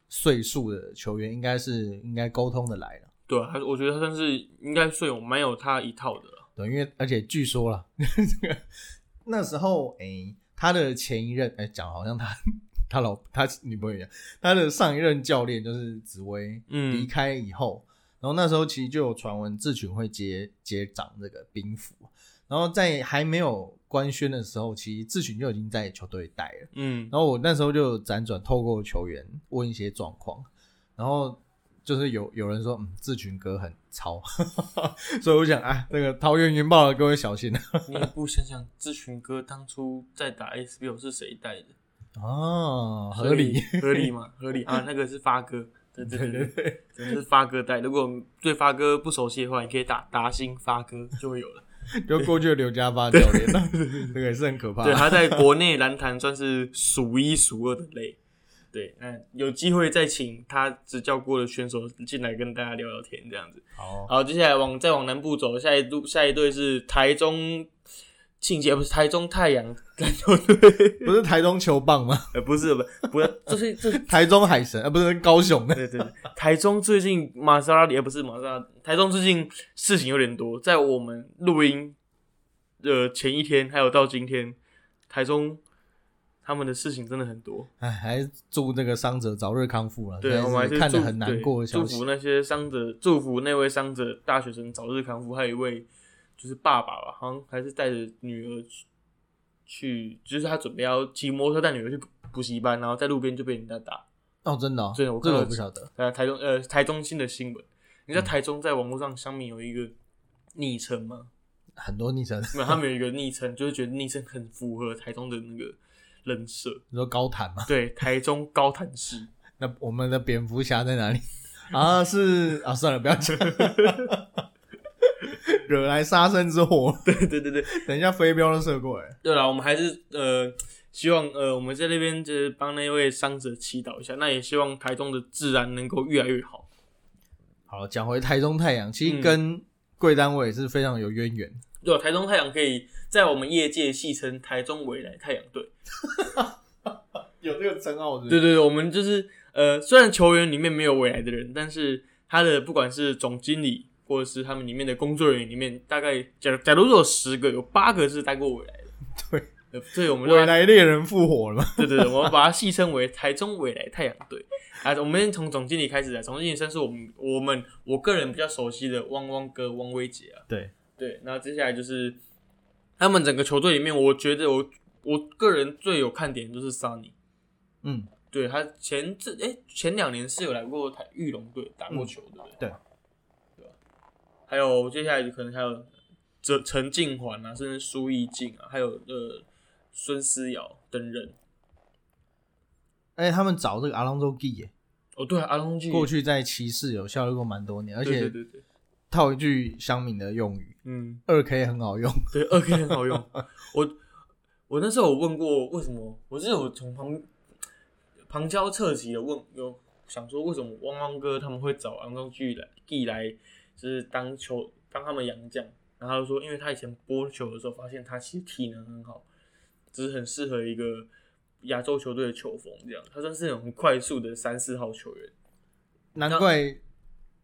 Speaker 2: 岁数的球员，应该是应该沟通的来了。
Speaker 1: 对啊，他我觉得他算是应该算有蛮有他一套的了。
Speaker 2: 对，因为而且据说啦， 这个那时候诶、他的前一任诶，讲、好像他他老他女朋友一样，他的上一任教练就是紫薇离
Speaker 1: 嗯，
Speaker 2: 开以后，然后那时候其实就有传闻志群会接接掌这个兵符，啊然后在还没有官宣的时候，其实志群就已经在球队待了。
Speaker 1: 嗯，
Speaker 2: 然后我那时候就辗转透过球员问一些状况，然后就是有有人说，嗯，志群哥很糙， 所以我想，哎，那个桃园云豹的各位小心啊！
Speaker 1: 你也不想想志群哥当初在打 SBO 是谁带的？
Speaker 2: 哦，合
Speaker 1: 所以
Speaker 2: 理，
Speaker 1: 合理吗？合理啊，那个是发哥，对对
Speaker 2: 对
Speaker 1: 对
Speaker 2: 对
Speaker 1: 对，
Speaker 2: 对，
Speaker 1: 真的是发哥带。如果对发哥不熟悉的话，你可以打达兴发哥就会有了。
Speaker 2: 就过去的刘家发教练了，这个也是很可怕啊
Speaker 1: 对，。他在国内篮坛算是数一数二的类。对，那有机会再请他执教过的选手进来跟大家聊聊天，这样子。
Speaker 2: 好，
Speaker 1: 好，接下来往再往南部走，下一度下一队是台中庆呃节不是台中太阳篮球队，
Speaker 2: 不是台东球棒吗？
Speaker 1: 呃，不是不不是，这是这是
Speaker 2: 台中海神啊，不是高雄的。
Speaker 1: 对对对，台中最近玛莎拉蒂，呃，不是玛莎拉蒂，台中最近事情有点多，在我们录音的前一天，还有到今天，台中他们的事情真的很多。
Speaker 2: 哎，还是祝那个伤者早日康复了。
Speaker 1: 对，
Speaker 2: 真的
Speaker 1: 我们还
Speaker 2: 是
Speaker 1: 是
Speaker 2: 看
Speaker 1: 祝
Speaker 2: 得很难过的
Speaker 1: 对
Speaker 2: 消
Speaker 1: 祝
Speaker 2: 息
Speaker 1: 福。那些伤者，祝福那位伤者大学生早日康复。还有一位就是爸爸吧，好像还是带着女儿去，去就是他准备要骑摩托车带女儿去补补习班，然后在路边就被人家打。
Speaker 2: 哦，真的、哦，
Speaker 1: 对我
Speaker 2: 这
Speaker 1: 看
Speaker 2: 个
Speaker 1: 到
Speaker 2: 我不晓得。
Speaker 1: 呃，台中呃台中新的新闻，你知道台中在网络上乡民有一个昵称吗？
Speaker 2: 很多昵称，
Speaker 1: 没有，他们有一个昵称，就是觉得昵称很符合台中的那个人设。
Speaker 2: 你说高谈吗？
Speaker 1: 对，台中高谈市。
Speaker 2: 那我们的蝙蝠侠在哪里？啊，是啊，算了，不要讲， 惹来杀身之祸。
Speaker 1: 对对对对，
Speaker 2: 等一下飞镖都射过来。
Speaker 1: 对了，我们还是呃，希望呃，我们在那边就是帮那位伤者祈祷一下，那也希望台中的治安能够越来越好。
Speaker 2: 好，讲回台中太阳，其实
Speaker 1: 嗯
Speaker 2: 跟贵单位也是非常有渊源。
Speaker 1: 对啊，台中太阳可以在我们业界戏称台中未来太阳队。
Speaker 2: 有这个称号是
Speaker 1: 对对对，我们就是呃，虽然球员里面没有未来的人，但是他的不管是总经理或者是他们里面的工作人员里面，大概假如假如说有十个，有八个是待过未来的。 呃，
Speaker 2: 对
Speaker 1: 所以我们就
Speaker 2: 未来猎人复活了吗？
Speaker 1: 对对对，我们把它戏称为台中未来太阳队。啊，我们先从总经理开始啊，总经理算是我们我们我个人比较熟悉的汪汪哥汪威杰啊。
Speaker 2: 对
Speaker 1: 对，那接下来就是他们整个球队里面，我觉得我我个人最有看点就是 Sunny，
Speaker 2: 嗯，
Speaker 1: 对他前这哎、前两年是有来过台玉龙队打过球，对不对？
Speaker 2: 嗯对，
Speaker 1: 对吧？还有接下来就可能还有这陈静环啊，甚至苏奕静啊，还有呃孙思瑶等人。
Speaker 2: 而且哎他们找这个阿隆州 G 耶，
Speaker 1: 哦，对、啊，阿龙进
Speaker 2: 过去在骑士有效力过蛮多年，而
Speaker 1: 对
Speaker 2: 且
Speaker 1: 对对对，
Speaker 2: 套一句乡民的用语，
Speaker 1: 嗯，
Speaker 2: 二 K 很好用。
Speaker 1: 对，二 K 很好用。我我那时候有问过为什么，我是有从旁旁敲侧击的问，有想说为什么汪汪哥他们会找安东巨来弟来，就是当球当他们洋将，然后他就说因为他以前播球的时候发现他其实体能很好，就是很适合一个亚洲球队的球风这样，他算是那种很快速的三四号球员。
Speaker 2: 难怪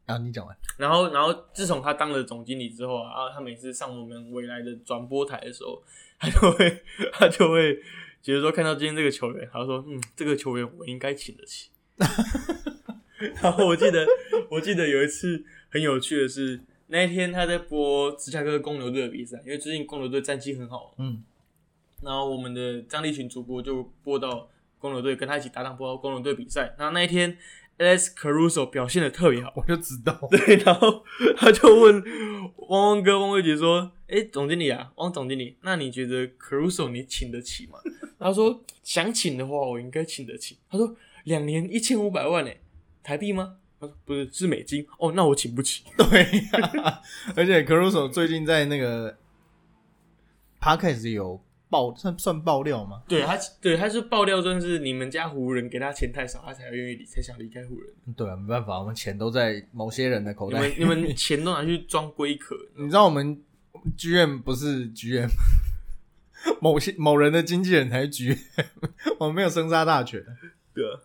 Speaker 2: 啊，你讲完，
Speaker 1: 然后，然后自从他当了总经理之后啊，啊他每次上我们未来的转播台的时候，他就会他就会觉得说看到今天这个球员，他就说嗯，这个球员我应该请得起。 然后我记得我记得有一次很有趣的是，那一天他在播芝加哥公牛队的比赛，因为最近公牛队战绩很好嘛，
Speaker 2: 嗯，
Speaker 1: 然后我们的张立群主播就播到公牛队，跟他一起搭档播到公牛队比赛。然后那一天，Alex Caruso 表现的特别好。
Speaker 2: 我就知道，
Speaker 1: 对，然后他就问汪汪哥、汪慧杰说：“哎，总经理啊，汪总经理，那你觉得 Caruso 你请得起吗？”他说：“想请的话，我应该请得起。”他说：“两年一千五百万呢、台币吗？”他说：“不是，是美金。”哦，那我请不起。
Speaker 2: 对呀、而且 Caruso 最近在那个 Podcast 有爆，算算爆料吗？
Speaker 1: 对他，对他是爆料，真的是你们家湖人给他钱太少，他才愿意离，才想离开湖人。
Speaker 2: 对啊，没办法，我们钱都在某些人的口
Speaker 1: 你
Speaker 2: 袋。
Speaker 1: 们你们钱都拿去装龟壳，
Speaker 2: 你知道我们 GM 不是 GM，某些某人的经纪人才是 GM，我们没有生杀大权。
Speaker 1: 对啊，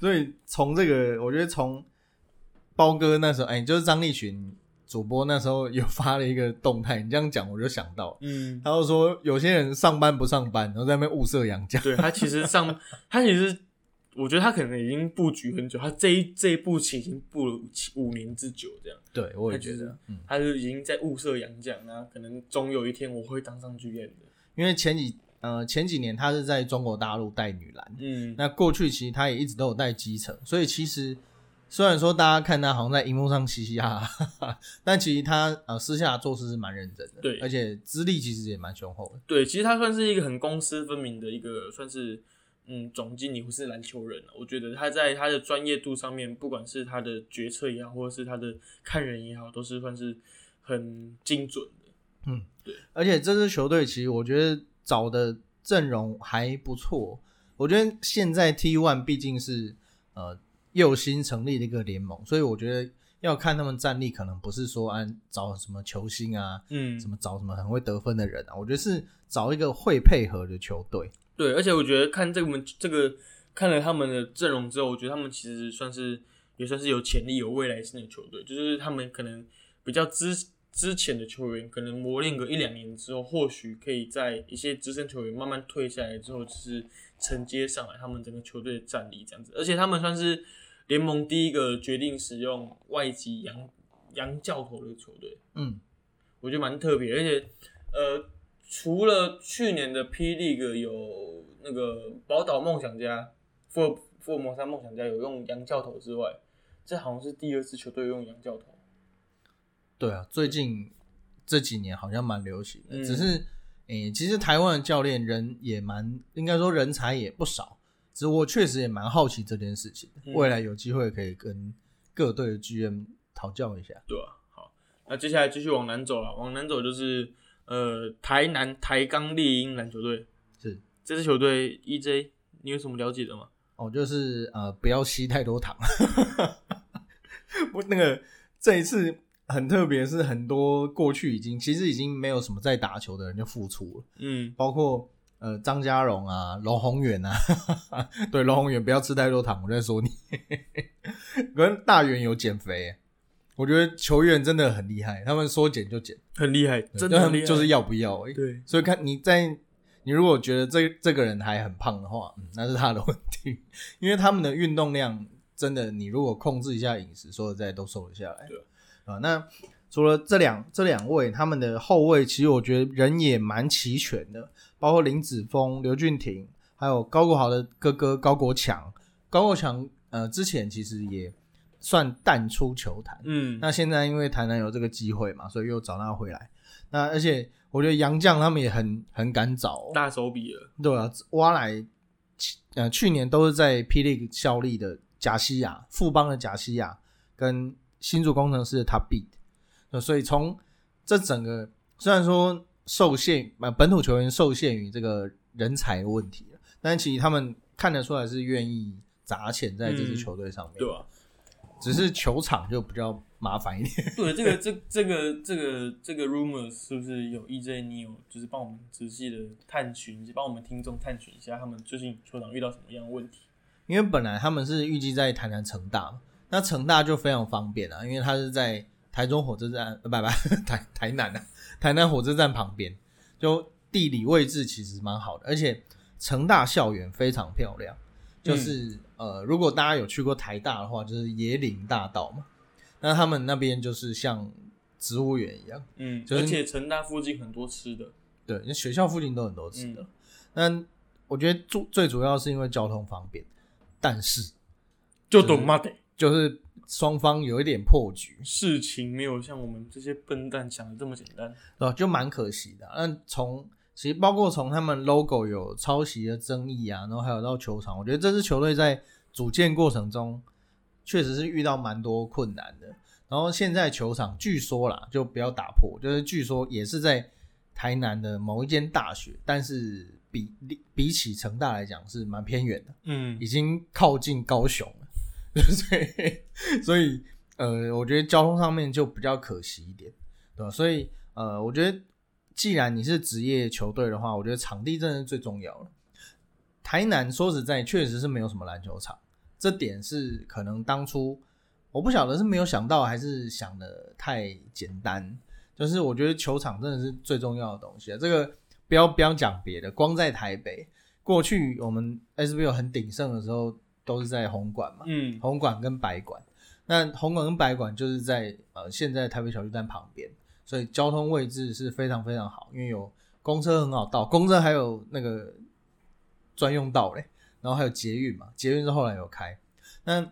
Speaker 2: 所以从这个，我觉得从包哥那时候，哎、就是张立群主播那时候有发了一个动态，你这样讲我就想到，
Speaker 1: 嗯，
Speaker 2: 他就说有些人上班不上班，然后在那边物色养家。
Speaker 1: 对他其实上，他其实我觉得他可能已经布局很久，他这一这一步棋已经布了七五年之久，这样，
Speaker 2: 对，我
Speaker 1: 他
Speaker 2: 也
Speaker 1: 就
Speaker 2: 觉
Speaker 1: 是
Speaker 2: 得，嗯，
Speaker 1: 他就已经在物色洋将啊，可能总有一天我会当上剧院的，
Speaker 2: 因为前几呃前几年他是在中国大陆带女篮，
Speaker 1: 嗯，
Speaker 2: 那过去其实他也一直都有带基层，所以其实虽然说大家看他好像在荧幕上嘻嘻哈哈， 但其实他呃私下做事是蛮认真的，
Speaker 1: 对
Speaker 2: 而且资历其实也蛮雄厚的。
Speaker 1: 对，其实他算是一个很公私分明的一个，算是嗯总经理或是篮球人、啊、我觉得他在他的专业度上面，不管是他的决策也好，或者是他的看人也好，都是算是很精准的。
Speaker 2: 而且这支球队其实我觉得找的阵容还不错，我觉得现在 T One 毕竟是呃又新成立的一个联盟，所以我觉得要看他们战力，可能不是说按找什么球星啊，
Speaker 1: 嗯
Speaker 2: 什，么找什么很会得分的人啊，我觉得是找一个会配合的球队。
Speaker 1: 对，而且我觉得看这个门这个看了他们的阵容之后，我觉得他们其实算是也算是有潜力、有未来性的球队。就是他们可能比较之之前的球员，可能磨练个一两年之后，或许可以在一些资深球员慢慢退下来之后，就是承接上来他们整个球队的战力这样子。而且他们算是联盟第一个决定使用外籍洋洋教头的球队。
Speaker 2: 嗯，
Speaker 1: 我觉得蛮特别，而且呃，除了去年的 P League 有那个宝岛梦想家、福尔福尔摩沙梦想家有用洋教头之外，这好像是第二支球队用洋教头。
Speaker 2: 对啊，最近这几年好像蛮流行的，
Speaker 1: 嗯
Speaker 2: 只是诶、其实台湾的教练人也蛮，应该说人才也不少。只是我确实也蛮好奇这件事情，
Speaker 1: 嗯
Speaker 2: 未来有机会可以跟各队的 GM 讨教一下。
Speaker 1: 对啊，好，那接下来继续往南走了，往南走就是呃台南台钢猎鹰篮球队，
Speaker 2: 是
Speaker 1: 这支球队 E J 你有什么了解的吗？
Speaker 2: 哦，就是呃，不要吸太多糖。 不，那个这一次很特别，是很多过去已经其实已经没有什么在打球的人就复出了，
Speaker 1: 嗯，
Speaker 2: 包括呃张家荣啊、龙宏远啊， 对，龙宏远不要吃太多糖，我在说你。可能大元有减肥、我觉得球员真的很厉害，他们说减就减，
Speaker 1: 很厉害，真
Speaker 2: 对
Speaker 1: 的
Speaker 2: 他
Speaker 1: 很厉
Speaker 2: 们
Speaker 1: 害，
Speaker 2: 就是要不要而欸已、
Speaker 1: 对，
Speaker 2: 所以看你在你如果觉得这这个人还很胖的话，嗯，那是他的问题， 因为他们的运动量真的，你如果控制一下饮食，说实在都瘦得下来。
Speaker 1: 对
Speaker 2: 啊，那除了这两这两位，他们的后卫其实我觉得人也蛮齐全的，包括林子峰、刘俊廷，还有高国豪的哥哥高国强。高国强呃，之前其实也算淡出球坛，
Speaker 1: 嗯，
Speaker 2: 那现在因为台南有这个机会嘛，所以又找他回来。那而且我觉得杨绛他们也很很敢找哦、
Speaker 1: 大手笔了，
Speaker 2: 对啊，挖来去呃去年都是在霹雳效力的贾西亚、富邦的贾西亚跟新竹工程师的他 b 所以从这整个虽然说受限呃本土球员受限于这个人才的问题，但其实他们看得出来是愿意砸钱在这支
Speaker 1: 嗯
Speaker 2: 球队上面，
Speaker 1: 对吧、
Speaker 2: 只是球场就比较麻烦一点。
Speaker 1: 对，这个这这个这个这个 rumor 是不是有 EJ 你有就是帮我们仔细的探寻，帮我们听众探寻一下他们最近球场遇到什么样的问题？
Speaker 2: 因为本来他们是预计在台南成大嘛，那成大就非常方便啊，因为它是在台中火车站，呃，不不， 台台南啊，台南火车站旁边，就地理位置其实蛮好的，而且成大校园非常漂亮，就是、呃，如果大家有去过台大的话，就是椰林大道嘛，那他们那边就是像植物园一样。
Speaker 1: 嗯，
Speaker 2: 就是
Speaker 1: 而且成大附近很多吃的，
Speaker 2: 对，因为学校附近都很多吃的。那我觉得主最主要是因为交通方便，但是
Speaker 1: 就懂嘛得。
Speaker 2: 就是双方有一点破局，
Speaker 1: 事情没有像我们这些笨蛋想的这么简单。
Speaker 2: 对吧？就蛮可惜的啊、那从其实包括从他们 logo 有抄袭的争议啊，然后还有到球场，我觉得这支球队在组建过程中确实是遇到蛮多困难的。然后现在球场据说啦，就不要打破，就是据说也是在台南的某一间大学，但是比比起成大来讲是蛮偏远的。
Speaker 1: 嗯
Speaker 2: 已经靠近高雄了， 所以 所以呃，我觉得交通上面就比较可惜一点，对吧？所以呃，我觉得既然你是职业球队的话，我觉得场地真的是最重要了。台南说实在，确实是没有什么篮球场，这点是可能当初我不晓得是没有想到，还是想的太简单。就是我觉得球场真的是最重要的东西啊，这个不要不要讲别的，光在台北，过去我们 SBL 很鼎盛的时候，都是在红馆嘛，
Speaker 1: 嗯，
Speaker 2: 红馆跟白馆。那红馆跟白馆就是在呃现在台北小巨蛋旁边，所以交通位置是非常非常好，因为有公车很好到，公车还有那个专用道嘞，然后还有捷运嘛，捷运是后来有开，那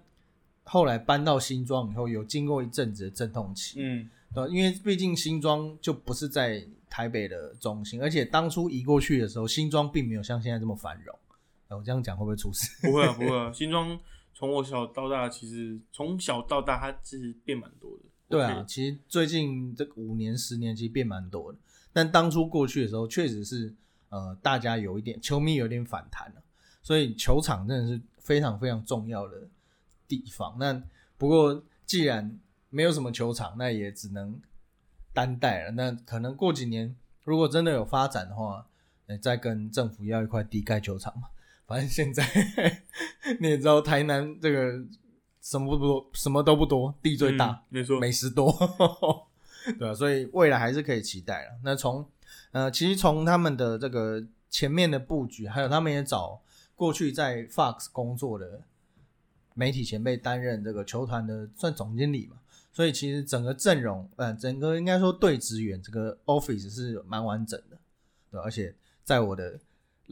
Speaker 2: 后来搬到新庄以后，有经过一阵子的阵痛期，
Speaker 1: 嗯，
Speaker 2: 对，因为毕竟新庄就不是在台北的中心，而且当初移过去的时候，新庄并没有像现在这么繁荣。哎我这样讲会不会出事？
Speaker 1: 不会啊，不会 啊。新庄从我小到大，其实从小到大，它其实变蛮多的。
Speaker 2: 对
Speaker 1: 我可
Speaker 2: 啊
Speaker 1: 以，，
Speaker 2: 其实最近这个五年、十年其实变蛮多的，但当初过去的时候，确实是呃，大家有一点球迷有点反弹了、所以球场真的是非常非常重要的地方。那不过既然没有什么球场，那也只能单带了。那可能过几年如果真的有发展的话，呃再跟政府要一块地盖球场嘛。反正现在 你也知道，台南这个什么不多，什么都不多，地最大，
Speaker 1: 嗯没错，
Speaker 2: 美食多， 对啊，所以未来还是可以期待了。那从呃，其实从他们的这个前面的布局，还有他们也找过去在 Fox 工作的媒体前辈担任这个球团的算总经理嘛，所以其实整个阵容，呃，整个应该说队职员这个 Office 是蛮完整的，对啊、而且在我的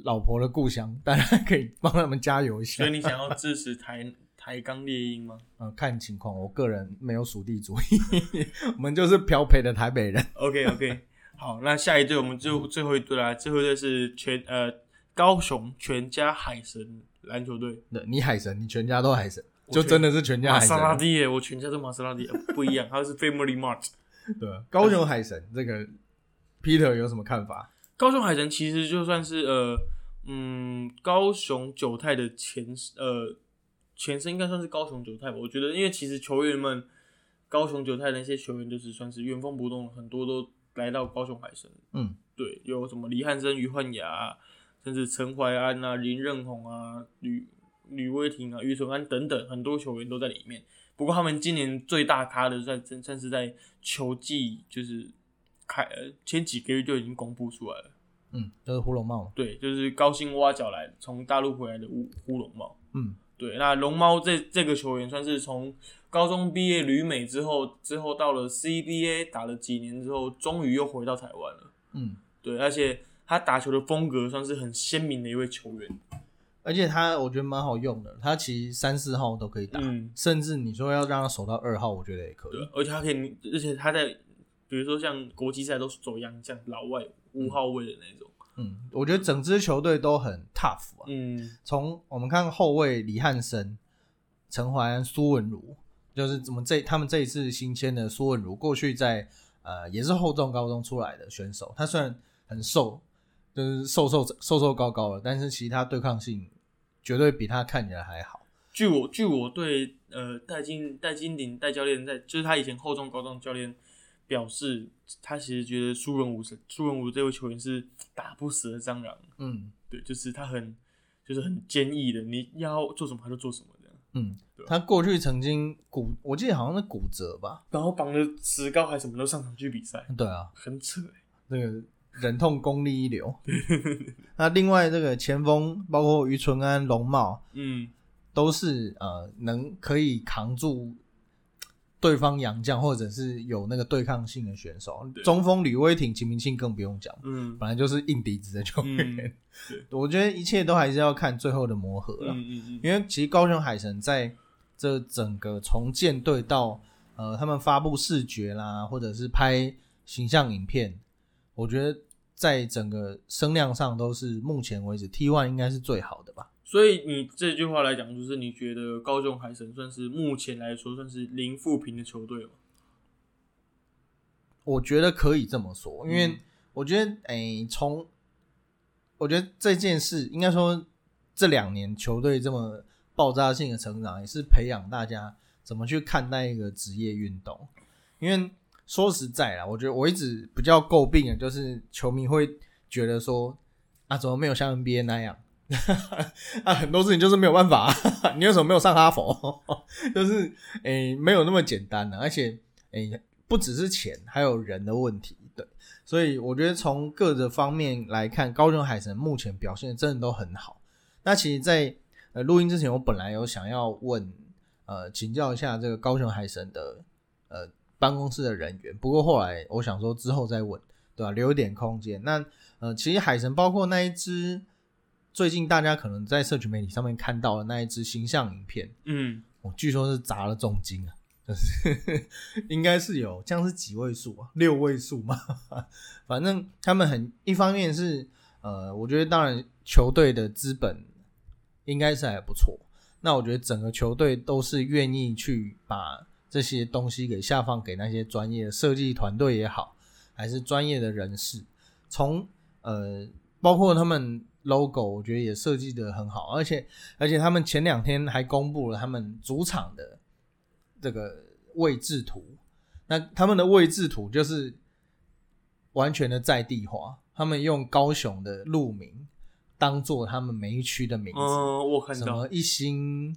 Speaker 2: 老婆的故乡，大家可以帮他们加油一下
Speaker 1: 所以。你想要支持台台钢猎鹰吗
Speaker 2: 嗯、看情况，我个人没有属地主义， 我们就是漂培的台北人。
Speaker 1: ？OK OK，好，那下一队我们就最后一队啦，最后一队是全呃高雄全家海神篮球队，
Speaker 2: 对你海神，你全家都海神，
Speaker 1: 我
Speaker 2: 就
Speaker 1: 全
Speaker 2: 真的是全家
Speaker 1: 玛
Speaker 2: 海
Speaker 1: 莎拉
Speaker 2: 神。
Speaker 1: 蒂耶，我全家都玛莎拉蒂，呃不一样，它是 Family Mart。
Speaker 2: 对啊，高雄海神这个 Peter 有什么看法？
Speaker 1: 高雄海神其实就算是呃嗯高雄九泰的前呃前身，应该算是高雄九泰吧。我觉得，因为其实球员们高雄九泰的那些球员，就是算是原封不动，很多都来到高雄海神。
Speaker 2: 嗯，
Speaker 1: 对，有什么李汉生、于焕雅、啊，甚至陈怀安啊、林任宏啊、吕吕威霆啊、于纯安等等，很多球员都在里面。不过他们今年最大咖的在正正是在球季就是开呃前几个月就已经公布出来了，
Speaker 2: 嗯，就是胡龙茂嘛。
Speaker 1: 对，就是高薪挖角来从大陆回来的乌乌龙猫。
Speaker 2: 嗯，
Speaker 1: 对，那龙猫这这个球员算是从高中毕业旅美之后，之后到了 CBA 打了几年之后，终于又回到台湾了。
Speaker 2: 嗯，
Speaker 1: 对，而且他打球的风格算是很鲜明的一位球员。
Speaker 2: 而且他我觉得蛮好用的，他其实三四号都可以打，
Speaker 1: 嗯，
Speaker 2: 甚至你说要让他守到二号，我觉得也可
Speaker 1: 对啊
Speaker 2: 以。，
Speaker 1: 而且他可以，而且他在比如说像国际赛都是走洋将、老外、五号位的那种。
Speaker 2: 嗯，我觉得整支球队都很 tough 啊。
Speaker 1: 嗯，
Speaker 2: 从我们看后卫李汉生、陈怀安、苏文如，就是怎么这他们这一次新签的苏文如，过去在呃也是后中高中出来的选手，他虽然很瘦，就是瘦瘦瘦瘦高高的，但是其实他对抗性绝对比他看起来还好。
Speaker 1: 据我据我对呃戴金戴金鼎戴教练在就是他以前后中高中教练表示，他其实觉得苏文武是苏文武这位球员是打不死的蟑螂，
Speaker 2: 嗯
Speaker 1: 对，就是他很就是很坚毅的，你要做什么他就做什么这样。
Speaker 2: 嗯
Speaker 1: 对，
Speaker 2: 他过去曾经骨，我记得好像是骨折吧？
Speaker 1: 然后绑着石膏还什么都上场去比赛，
Speaker 2: 对啊，
Speaker 1: 很扯、欸。
Speaker 2: 那个忍痛功力一流。 那另外这个前锋包括于淳安、龙茂。
Speaker 1: 嗯，
Speaker 2: 都是呃能可以扛住对方洋将或者是有那个对抗性的选手
Speaker 1: 对。啊
Speaker 2: 中锋吕威挺、秦明庆更不用讲，
Speaker 1: 嗯，
Speaker 2: 本来就是硬底子的球员。
Speaker 1: 嗯
Speaker 2: 我觉得一切都还是要看最后的磨合了，
Speaker 1: 嗯嗯嗯，
Speaker 2: 因为其实高雄海神在这整个从建队到呃他们发布视觉啦，或者是拍形象影片，我觉得在整个声量上都是目前为止 T one 应该是最好的吧。
Speaker 1: 所以你这句话来讲，就是你觉得高中海神算是目前来说算是零负评的球队吗？
Speaker 2: 我觉得可以这么说，因为
Speaker 1: 嗯
Speaker 2: 我觉得，诶、从我觉得这件事，应该说这两年球队这么爆炸性的成长，也是培养大家怎么去看待一个职业运动。因为说实在啦，我觉得我一直比较诟病的就是球迷会觉得说，啊，怎么没有像 NBA 那样？ 啊，很多事情就是没有办法、啊， 你为什么没有上哈佛？ 就是诶、没有那么简单的、啊而且诶、不只是钱，还有人的问题。对，所以我觉得从各个方面来看，高雄海神目前表现真的都很好。那其实在，呃录音之前，我本来有想要问呃请教一下这个高雄海神的呃办公室的人员，不过后来我想说之后再问，对吧、留一点空间。那呃，其实海神包括那一只。最近大家可能在社群媒体上面看到的那一支形象影片，
Speaker 1: 嗯，
Speaker 2: 我据说是砸了重金啊，就是 应该是有，这样是几位数啊？六位数嘛，反正他们很一方面是呃，我觉得当然球队的资本应该是还不错，那我觉得整个球队都是愿意去把这些东西给下放给那些专业的设计团队也好，还是专业的人士，从呃，包括他们 logo，我觉得也设计的很好，而且而且他们前两天还公布了他们主场的这个位置图，那他们的位置图就是完全的在地化，他们用高雄的路名当做他们每一区的名字，
Speaker 1: 嗯，我看
Speaker 2: 什
Speaker 1: 到，
Speaker 2: 么一星，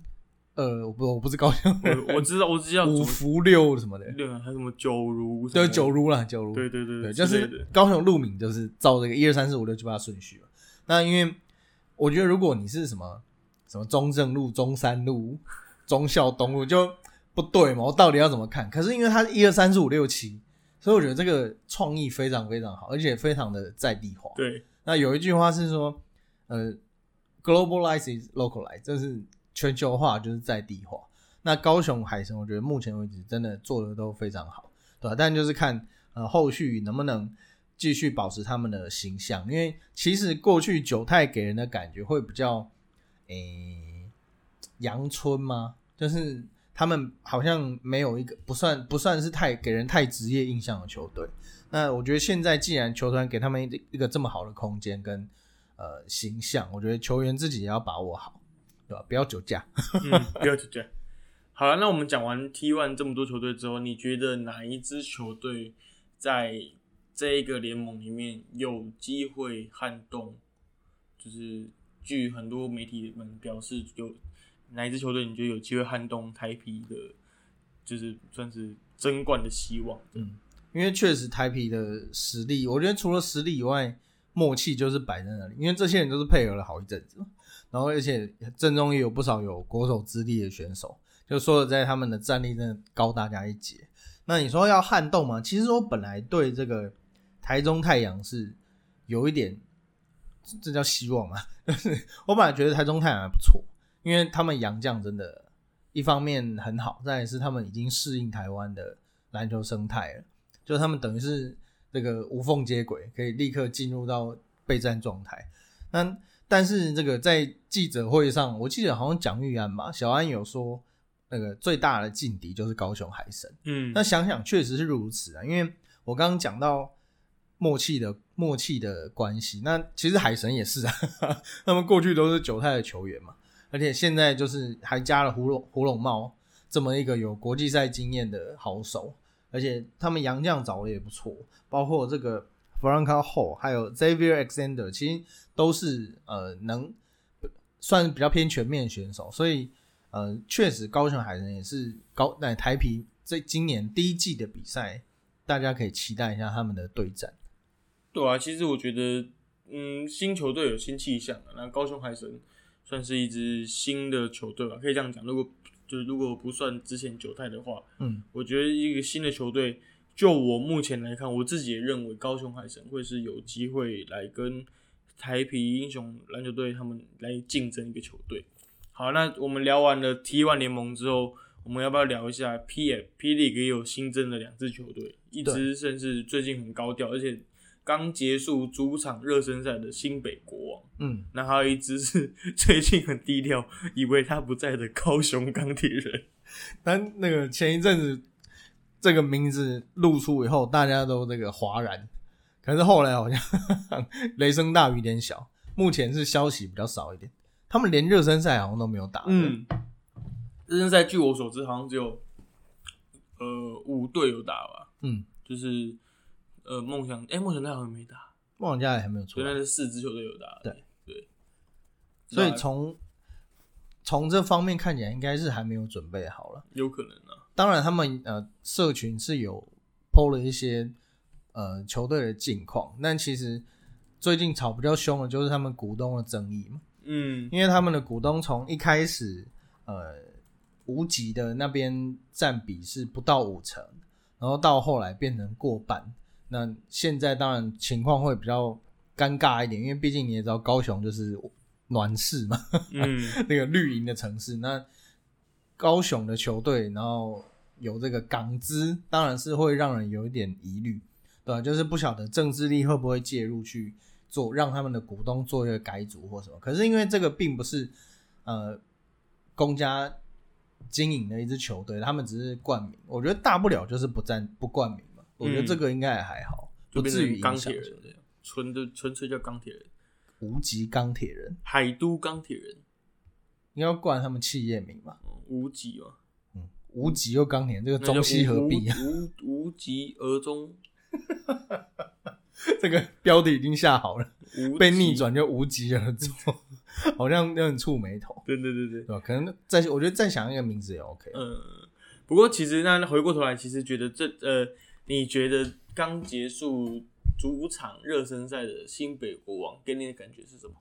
Speaker 2: 呃，我不我不是高雄人，
Speaker 1: 我我知道， 我知道
Speaker 2: 五
Speaker 1: 怎么
Speaker 2: 福六什么的，
Speaker 1: 对啊，还有什么九如什么，
Speaker 2: 对，九如啦，九如，
Speaker 1: 对，对对对，
Speaker 2: 对，就
Speaker 1: 之类
Speaker 2: 是
Speaker 1: 的
Speaker 2: 高雄路名就是照这个一二三四五六七八顺序嘛。那因为我觉得如果你是什么什么中正路、中山路、忠孝东路就不对嘛，我到底要怎么看？可是因为它是一二三四五六七，所以我觉得这个创意非常非常好，而且非常的在地化。
Speaker 1: 对，
Speaker 2: 那有一句话是说，呃，globalize is localize，就是全球化就是在地化。那高雄海神，我觉得目前为止真的做的都非常好，对吧、但就是看呃后续能不能继续保持他们的形象，因为其实过去九泰给人的感觉会比较，诶、阳春吗？就是他们好像没有一个不算不算是太给人太职业印象的球队。那我觉得现在既然球团给他们一一个这么好的空间跟呃形象，我觉得球员自己也要把握好，对吧？不要酒驾。
Speaker 1: 嗯，不要紧张。好了，那我们讲完 T One 这么多球队之后，你觉得哪一支球队在这一个联盟里面有机会撼动？就是据很多媒体们表示，有哪一支球队你觉得有机会撼动台皮的，就是算是争冠的希望？
Speaker 2: 因为确实台皮的实力，我觉得除了实力以外，默契就是摆在那里。因为这些人都是配合了好一阵子，然后而且阵中也有不少有国手资历的选手，就说实在他们的战力真的高大家一截。那你说要撼动吗？其实我本来对这个台中太阳是有一点，这这叫希望嘛？ 我本来觉得台中太阳还不错，因为他们洋将真的，一方面很好，再来是他们已经适应台湾的篮球生态了。就他们等于是这个无缝接轨，可以立刻进入到备战状态。那但是这个在记者会上，我记得好像蒋玉安吧，小安有说，那个最大的劲敌就是高雄海神。
Speaker 1: 嗯
Speaker 2: 那想想确实是如此啊，因为我刚刚讲到默契的默契的关系，那其实海神也是啊， 他们过去都是九泰的球员嘛，而且现在就是还加了胡龙胡龙茂这么一个有国际赛经验的好手，而且他们洋将找的也不错，包括这个 Franco Ho 还有 Xavier Alexander，其实都是呃能算是比较偏全面的选手，所以呃，确实高雄海神也是高那台皮这今年第一季的比赛，大家可以期待一下他们的对战。
Speaker 1: 对啊，其实我觉得，嗯，新球队有新气象啊。那高雄海神算是一支新的球队吧，啊可以这样讲。如果就是如果不算之前九泰的话，
Speaker 2: 嗯，
Speaker 1: 我觉得一个新的球队，就我目前来看，我自己也认为高雄海神会是有机会来跟台皮英雄篮球队他们来竞争一个球队。好，那我们聊完了 T One 联盟之后，我们要不要聊一下 P F P League 也有新增的两支球队，一支甚至最近很高调，而且刚结束主场热身赛的新北国王，
Speaker 2: 嗯，
Speaker 1: 那还有一支是 最近很低调，以为他不在的高雄钢铁人。
Speaker 2: 但那个前一阵子这个名字露出以后，大家都这个哗然，可是后来好像 雷声大雨点小，目前是消息比较少一点，他们连热身赛好像都没有打。，
Speaker 1: 嗯，热身赛据我所知好像只有呃五队有打吧，
Speaker 2: 嗯，
Speaker 1: 就是呃梦想，哎、梦想队好像没打，
Speaker 2: 梦想家也还没有出
Speaker 1: 所以
Speaker 2: 来
Speaker 1: 那，是四支球队有打。
Speaker 2: 啊对
Speaker 1: 对，
Speaker 2: 所以
Speaker 1: 那
Speaker 2: 从从这方面看起来，应该是还没有准备好了。
Speaker 1: 有可能啊，
Speaker 2: 当然，他们呃社群是有 PO 了一些呃球队的近况，但其实最近吵比较凶的就是他们股东的争议嘛，
Speaker 1: 嗯
Speaker 2: 因为他们的股东从一开始呃无极的那边占比是不到五成，然后到后来变成过半，那现在当然情况会比较尴尬一点，因为毕竟你也知道高雄就是暖市嘛，
Speaker 1: 嗯，
Speaker 2: 那个绿营的城市。那高雄的球队，然后有这个港资，当然是会让人有一点疑虑，对吧、啊就是不晓得政治力会不会介入去做，让他们的股东做一个改组或什么。可是因为这个并不是呃公家经营的一支球队，他们只是冠名，我觉得大不了就是不占不冠名嘛。我觉得这个应该也还
Speaker 1: 嗯
Speaker 2: 好，
Speaker 1: 就
Speaker 2: 不
Speaker 1: 变
Speaker 2: 至于
Speaker 1: 成
Speaker 2: 影
Speaker 1: 钢
Speaker 2: 响
Speaker 1: 铁人这样，纯的纯粹叫钢铁人，
Speaker 2: 无极钢铁人，
Speaker 1: 海都钢铁人，
Speaker 2: 应该要冠他们企业名嘛。
Speaker 1: 嗯无极嘛，
Speaker 2: 嗯无极又钢铁这个
Speaker 1: 那就
Speaker 2: 中西合璧，啊
Speaker 1: 无无无疾而终，
Speaker 2: 这个标题已经下好了，
Speaker 1: 无
Speaker 2: 被
Speaker 1: 疾
Speaker 2: 逆。转就无疾而终， 好像有点触眉头，
Speaker 1: 对对对对
Speaker 2: 对，吧？可能再我觉得再想一个名字也 OK，
Speaker 1: 呃，不过其实那回过头来，其实觉得这呃，你觉得刚结束主场热身赛的新北国王给你的感觉是什么？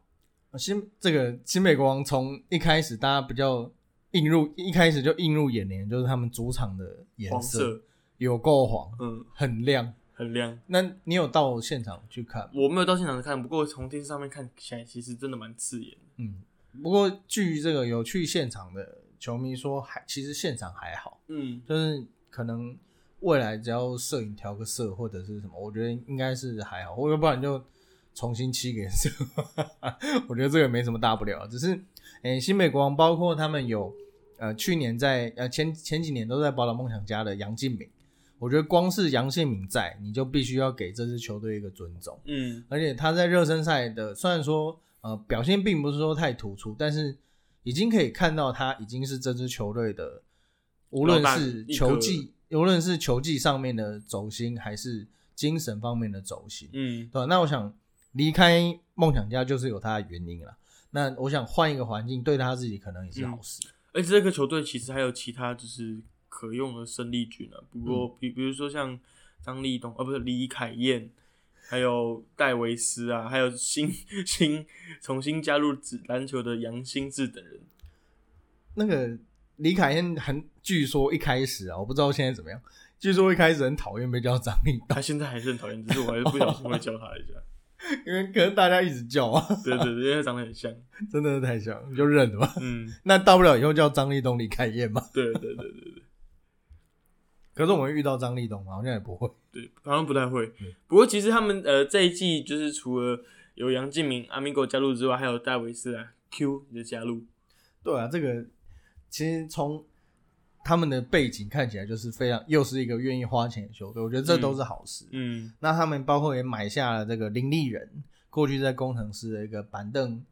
Speaker 2: 呃新这个新美国王从一开始大家比较映入一开始就映入眼帘，就是他们主场的颜
Speaker 1: 黄
Speaker 2: 色
Speaker 1: 色，
Speaker 2: 有够黄，
Speaker 1: 嗯，
Speaker 2: 很亮。
Speaker 1: 很亮。
Speaker 2: 那你有到现场去看吗？
Speaker 1: 我没有到现场看，不过从电视上面看起来，其实真的蛮刺眼的。
Speaker 2: 嗯，不过据这个有去现场的球迷说还，其实现场还好，
Speaker 1: 嗯，
Speaker 2: 就是可能未来只要摄影调个色或者是什么，我觉得应该是还好，或要不然就重新漆个颜色。 我觉得这个没什么大不了，只是诶、新美国王包括他们有呃去年在呃前前几年都在宝岛梦想家的杨敬敏，我觉得光是杨敬敏在，你就必须要给这支球队一个尊重。
Speaker 1: 嗯，
Speaker 2: 而且他在热身赛的虽然说呃表现并不是说太突出，但是已经可以看到他已经是这支球队的，无论是球技，无论是球技上面的走心，还是精神方面的走心，
Speaker 1: 嗯，
Speaker 2: 对吧、那我想离开梦想家就是有他的原因啦。那我想换一个环境，对他自己可能也是好事。
Speaker 1: 而且这个球队其实还有其他就是可用的生力军啊，不过比比如说像张立东，啊，不是李凯燕，还有戴维斯啊，还有新新重新加入紫篮球的杨新志等人。
Speaker 2: 那个李凯燕很，据说一开始啊，我不知道现在怎么样。据说一开始很讨厌被叫张立东，
Speaker 1: 他现在还是很讨厌，只是我还是不小心会叫他一下。
Speaker 2: 因为可能大家一直叫啊。
Speaker 1: 对对对，因为他长得很像。
Speaker 2: 真的是太像，你就认了 吧。
Speaker 1: 嗯，
Speaker 2: 那大不了以后叫张立东、李开燕嘛。
Speaker 1: 对对对对对
Speaker 2: 可是我们遇到张立东嘛，好像也不会。
Speaker 1: 对，好像不太会
Speaker 2: 嗯。
Speaker 1: 不过其实他们呃这一季就是除了有杨敬明、阿米狗加入之外，还有戴维斯啊、Q 的加入。
Speaker 2: 对啊，这个其实从他们的背景看起来就是非常，又是一个愿意花钱的球队，我觉得这都是好事。
Speaker 1: 嗯
Speaker 2: 那他们包括也买下了这个林立人，过去在工程师的一个板凳，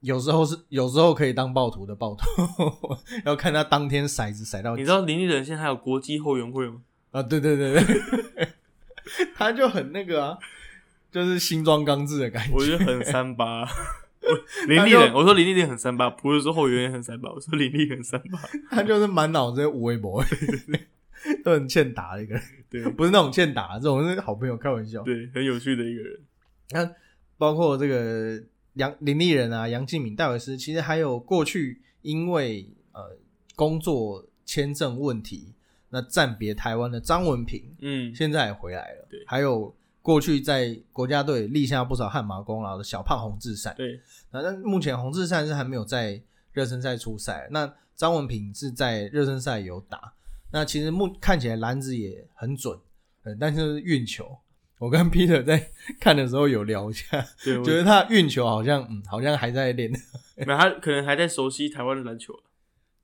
Speaker 2: 有时候是有时候可以当暴徒的暴徒， 要看他当天骰子骰到
Speaker 1: 你知道林立人现在还有国际后援会吗？
Speaker 2: 啊，对对对对， 他就很那个啊，就是新装刚制的感觉。
Speaker 1: 我觉得很三八。我林立人，我说林立人很三八，不是说后援也很三八，我说林立人很三八。
Speaker 2: 他就是满脑子无微博， 都很欠打的一个人，
Speaker 1: 对
Speaker 2: 不是那种欠打，这种是好朋友开玩笑。
Speaker 1: 对，很有趣的一个人。
Speaker 2: 那包括这个杨林立人啊、杨敬敏、戴维斯，其实还有过去因为呃工作签证问题，那暂别台湾的张文平，
Speaker 1: 嗯
Speaker 2: 现在也回来了。
Speaker 1: 对
Speaker 2: 还有过去在国家队立下不少汗马功劳的小胖洪志善，
Speaker 1: 对，
Speaker 2: 那但目前洪志善是还没有在热身赛出赛，那张文平是在热身赛有打。那其实目看起来篮子也很准，呃，但是运球，我跟 Peter 在看的时候有聊一下，
Speaker 1: 对，我
Speaker 2: 觉得他运球好像嗯，好像还在练。
Speaker 1: 没有，他可能还在熟悉台湾的篮球。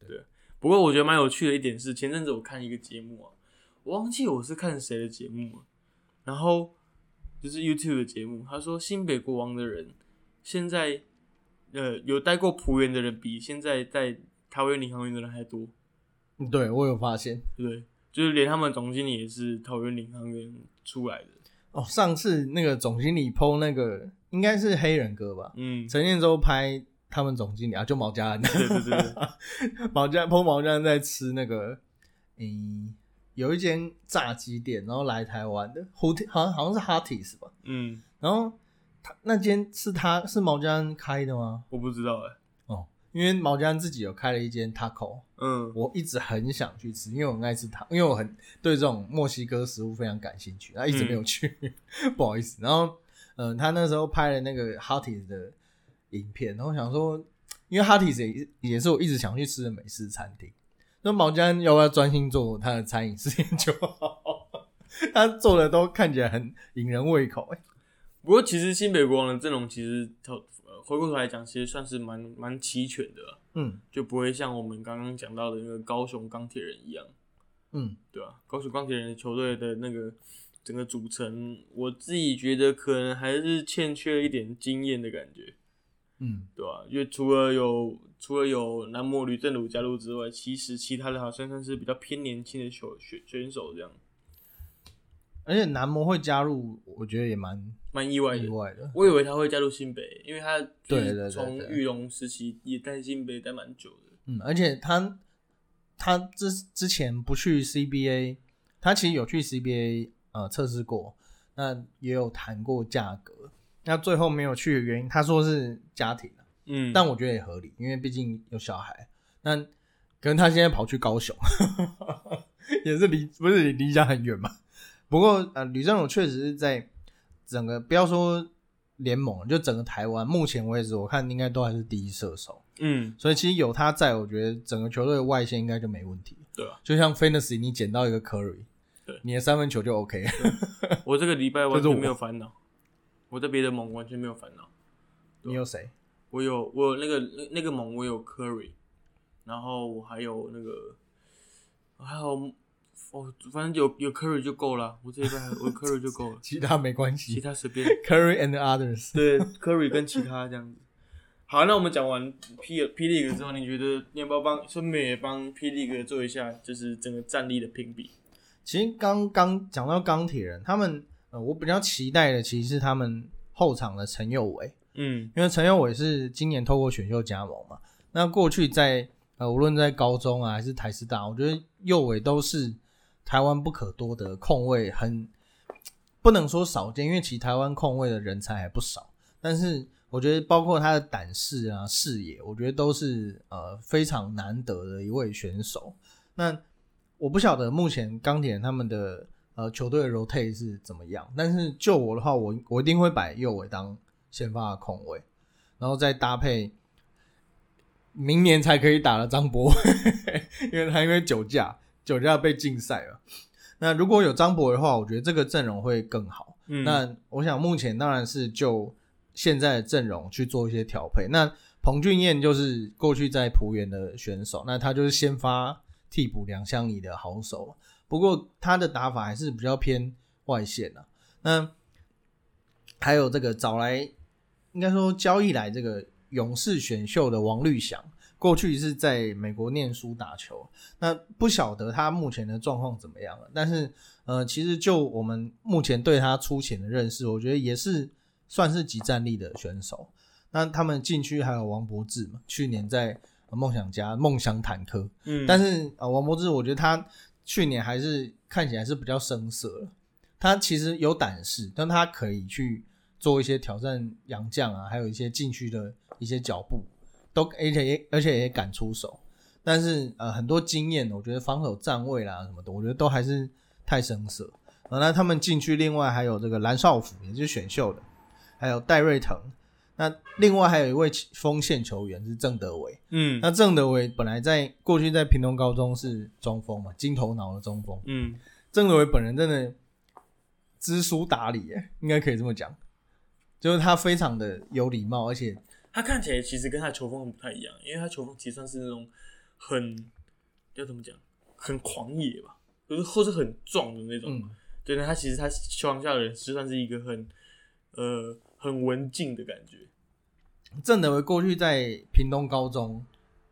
Speaker 1: 对，不过我觉得蛮有趣的一点是，前阵子我看一个节目啊，我忘记我是看谁的节目了、啊然后就是 YouTube 的节目，他说新北国王的人现在呃有待过浦原的人比现在在台湾领航员的人还多，
Speaker 2: 嗯对我有发现
Speaker 1: 对不对？就是连他们总经理也是桃园领航员出来的，
Speaker 2: 哦，上次那个总经理 PO 那个应该是黑人哥吧，
Speaker 1: 嗯，
Speaker 2: 陈建州拍他们总经理啊，就毛家安，
Speaker 1: 对对对对，
Speaker 2: 毛家彭毛家在吃那个，嗯，有一间炸鸡店，然后来台湾的，胡好像好像是 h a t t i s 吧，
Speaker 1: 嗯，
Speaker 2: 然后他那间是他是毛家安开的吗？
Speaker 1: 我不知道哎、
Speaker 2: 哦，因为毛家安自己有开了一间 taco，
Speaker 1: 嗯，
Speaker 2: 我一直很想去吃，因为我很爱吃它，因为我很对这种墨西哥食物非常感兴趣，然后一直没有去， 不好意思。然后，嗯、他那时候拍了那个 Hotties 的影片，然后我想说，因为 Hotties 也是也是我一直想去吃的美式餐厅，那毛家要不要专心做他的餐饮事情就好？ 他做的都看起来很引人胃口、欸，
Speaker 1: 不过其实新北国王的阵容其实它，呃回过头来讲，其实算是蛮蛮齐全的啊，
Speaker 2: 嗯
Speaker 1: 就不会像我们刚刚讲到的那个高雄钢铁人一样，
Speaker 2: 嗯，
Speaker 1: 对吧、高雄钢铁人的球队的那个整个组成，我自己觉得可能还是欠缺一点经验的感觉。
Speaker 2: 嗯，
Speaker 1: 对吧、因为除了有除了有南摩吕正儒加入之外，其实其他的好像算是比较偏年轻的球选选手这样，
Speaker 2: 而且男模会加入，我觉得也蛮
Speaker 1: 蛮意外
Speaker 2: 意
Speaker 1: 的。
Speaker 2: 外的。
Speaker 1: 我以为他会加入新北，因为他就
Speaker 2: 对
Speaker 1: 是
Speaker 2: 对对
Speaker 1: 从
Speaker 2: 对
Speaker 1: 玉龙时期也带新北待蛮久的。
Speaker 2: 嗯，而且他他之之前不去 CBA，他其实有去 CBA 呃测试过，那也有谈过价格，那最后没有去的原因，他说是家庭啊
Speaker 1: 嗯，
Speaker 2: 但我觉得也合理，因为毕竟有小孩。那可能他现在跑去高雄， 也是离不是离家很远嘛。不过呃，吕正儒确实是在整个不要说联盟，就整个台湾目前为止，我看应该都还是第一射手。
Speaker 1: 嗯，
Speaker 2: 所以其实有他在，我觉得整个球队的外线应该就没问题。
Speaker 1: 对啊，
Speaker 2: 就像 Fantasy，你捡到一个 Curry，
Speaker 1: 对
Speaker 2: 你的三分球就 OK。
Speaker 1: 我这个礼拜完
Speaker 2: 这是
Speaker 1: 全
Speaker 2: 我
Speaker 1: 没有 烦恼，我在别的盟完全没有烦恼。
Speaker 2: 你有谁？
Speaker 1: 我有我有那个那那个盟，我有 Curry，然后我还有那个，我还有哦，反正有有 Curry 就够了。我这一拜还有我有 Curry 就够了，
Speaker 2: 其他没关
Speaker 1: 其
Speaker 2: 系。
Speaker 1: 他随便。
Speaker 2: Curry and others，
Speaker 1: 对 Curry 跟其他这样子。好，那我们讲完 P P League 之后，你觉得你要不要帮顺便也帮 P League 做一下，就是整个战力的评比？
Speaker 2: 其实刚刚讲到钢铁人，他们呃，我比较期待的其实是他们后场的陈佑伟，
Speaker 1: 嗯
Speaker 2: 因为陈佑伟是今年透过选秀加盟嘛。那过去在呃，无论在高中啊还是台师大，我觉得右伟都是台湾不可多得的控卫，很不能说少见，因为其实台湾控卫的人才还不少。但是我觉得包括他的胆识啊、视野，我觉得都是呃非常难得的一位选手。那我不晓得目前钢铁人他们的呃球队的 rotate 是怎么样，但是就我的话，我我一定会把右伟当先发的控卫，然后再搭配明年才可以打的张博伟， 因为他因为酒驾，酒驾被禁赛了。那如果有张博伟的话，我觉得这个阵容会更好。
Speaker 1: 嗯
Speaker 2: 那我想目前当然是就现在的阵容去做一些调配。那彭俊彦就是过去在浦原的选手，那他就是先发替补两相宜的好手，不过他的打法还是比较偏外线啊。那还有这个找来，应该说交易来这个勇士选秀的王绿翔，过去是在美国念书打球，那不晓得他目前的状况怎么样了，但是。呃，其实就我们目前对他粗浅的认识，我觉得也是算是极战力的选手。那他们禁区还有王柏志嘛，去年在呃梦想家、梦想坦克，
Speaker 1: 嗯
Speaker 2: 但是呃，王柏志我觉得他去年还是看起来是比较生涩了。他其实有胆识，但他可以去做一些挑战洋将啊，还有一些禁区的一些脚步，都而且也而且也敢出手。但是呃，很多经验，我觉得防守站位啦什么的，我觉得都还是太生涩。呃，那他们禁区另外还有这个蓝少辅，也是选秀的，还有戴瑞腾。那另外还有一位锋线球员是郑德伟，
Speaker 1: 嗯
Speaker 2: 那郑德伟本来在过去在屏东高中是中锋嘛，金头脑的中锋。
Speaker 1: 嗯，
Speaker 2: 郑德伟本人真的知书达理耶，应该可以这么讲，就是他非常的有礼貌，而且
Speaker 1: 他看起来其实跟他的球风很不太一样，因为他球风其实算是那种很要怎么讲，很狂野吧，就是或是很壮的那种。
Speaker 2: 嗯，
Speaker 1: 对，那他其实他球场下的人就算是一个很呃很文静的感觉。
Speaker 2: 郑德伟过去在屏东高中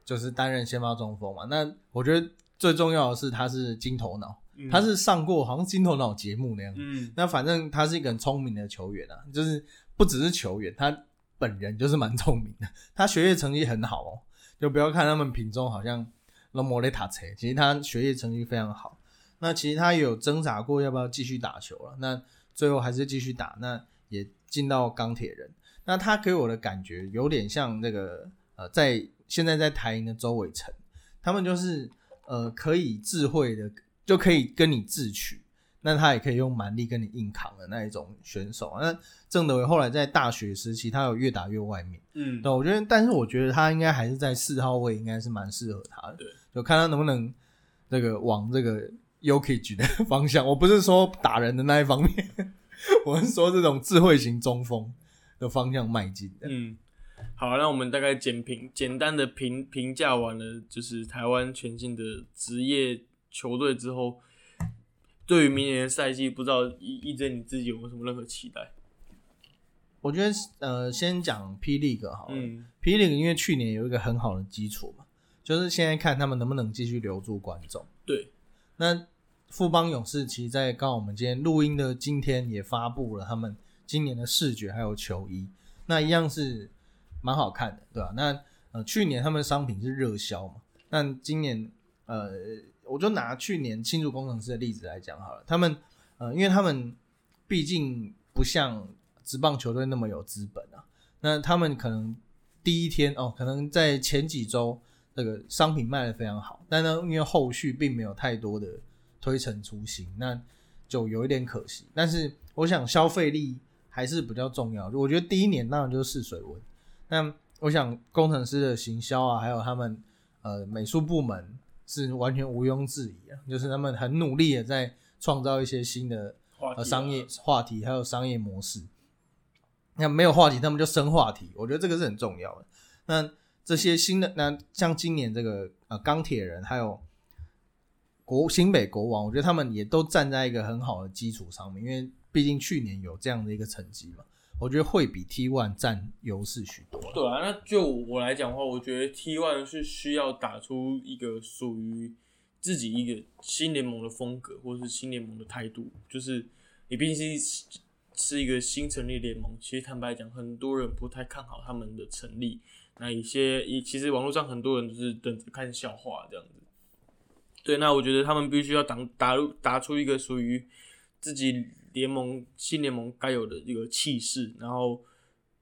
Speaker 2: 就是担任先发中锋嘛。那我觉得最重要的是他是金头脑，
Speaker 1: 嗯
Speaker 2: 他是上过好像金头脑节目那样。
Speaker 1: 嗯
Speaker 2: 那反正他是一个很聪明的球员啊，就是不只是球员，他本人就是蛮聪明的。他学业成绩很好哦，就不要看他们品中好像龙摩雷塔切，其实他学业成绩非常好。那其实他也有挣扎过要不要继续打球了，那最后还是继续打，那也进到钢铁人。那他给我的感觉有点像那个呃，在现在在台银的周伟成，他们就是呃可以智慧的就可以跟你智取，那他也可以用蛮力跟你硬扛的那一种选手。啊那郑德伟后来在大学时期，他有越打越外面。
Speaker 1: 嗯
Speaker 2: 对，我觉得，但是我觉得他应该还是在四号位，应该是蛮适合他的。
Speaker 1: 对，
Speaker 2: 就看他能不能这个往这个 Yokich 的方向。我不是说打人的那一方面， 我是说这种智慧型中锋的方向迈进的。
Speaker 1: 嗯，好，那我们大概简评简单的评评价完了，就是台湾全新的职业球队之后，对于明年的赛季，不知道一一真你自己有没有什么任何期待？
Speaker 2: 我觉得呃，先讲 P League 好了。
Speaker 1: 嗯，
Speaker 2: P League 因为去年有一个很好的基础嘛，就是现在看他们能不能继续留住观众。
Speaker 1: 对，
Speaker 2: 那富邦勇士其实在刚好我们今天录音的今天也发布了他们今年的视觉还有球衣，那一样是蛮好看的，对吧、那呃去年他们的商品是热销嘛，那今年呃我就拿去年庆祝工程师的例子来讲好了，他们呃因为他们毕竟不像职棒球队那么有资本啊，那他们可能第一天哦，可能在前几周这个商品卖的非常好，但呢，因为后续并没有太多的推陈出新，那就有一点可惜。但是我想消费力还是比较重要，我觉得第一年当然就是试水温。那我想工程师的行销啊，还有他们呃美术部门是完全毋庸置疑啊，就是他们很努力的在创造一些新的
Speaker 1: 话题
Speaker 2: 呃
Speaker 1: 啊
Speaker 2: 商业话题，还有商业模式。那没有话题，他们就生话题，我觉得这个是很重要的。那这些新的，那像今年这个呃钢铁人，还有国新北国王，我觉得他们也都站在一个很好的基础上面，因为毕竟去年有这样的一个成绩嘛，我觉得会比 T One 占优势许多。
Speaker 1: 对啊，那就我来讲的话，我觉得 T One 是需要打出一个属于自己一个新联盟的风格，或是新联盟的态度。就是你毕竟是是一个新成立联盟，其实坦白讲，很多人不太看好他们的成立。那一些也其实网络上很多人就是等着看笑话这样子。对，那我觉得他们必须要打打入打出一个属于自己联盟新联盟该有的这个气势，然后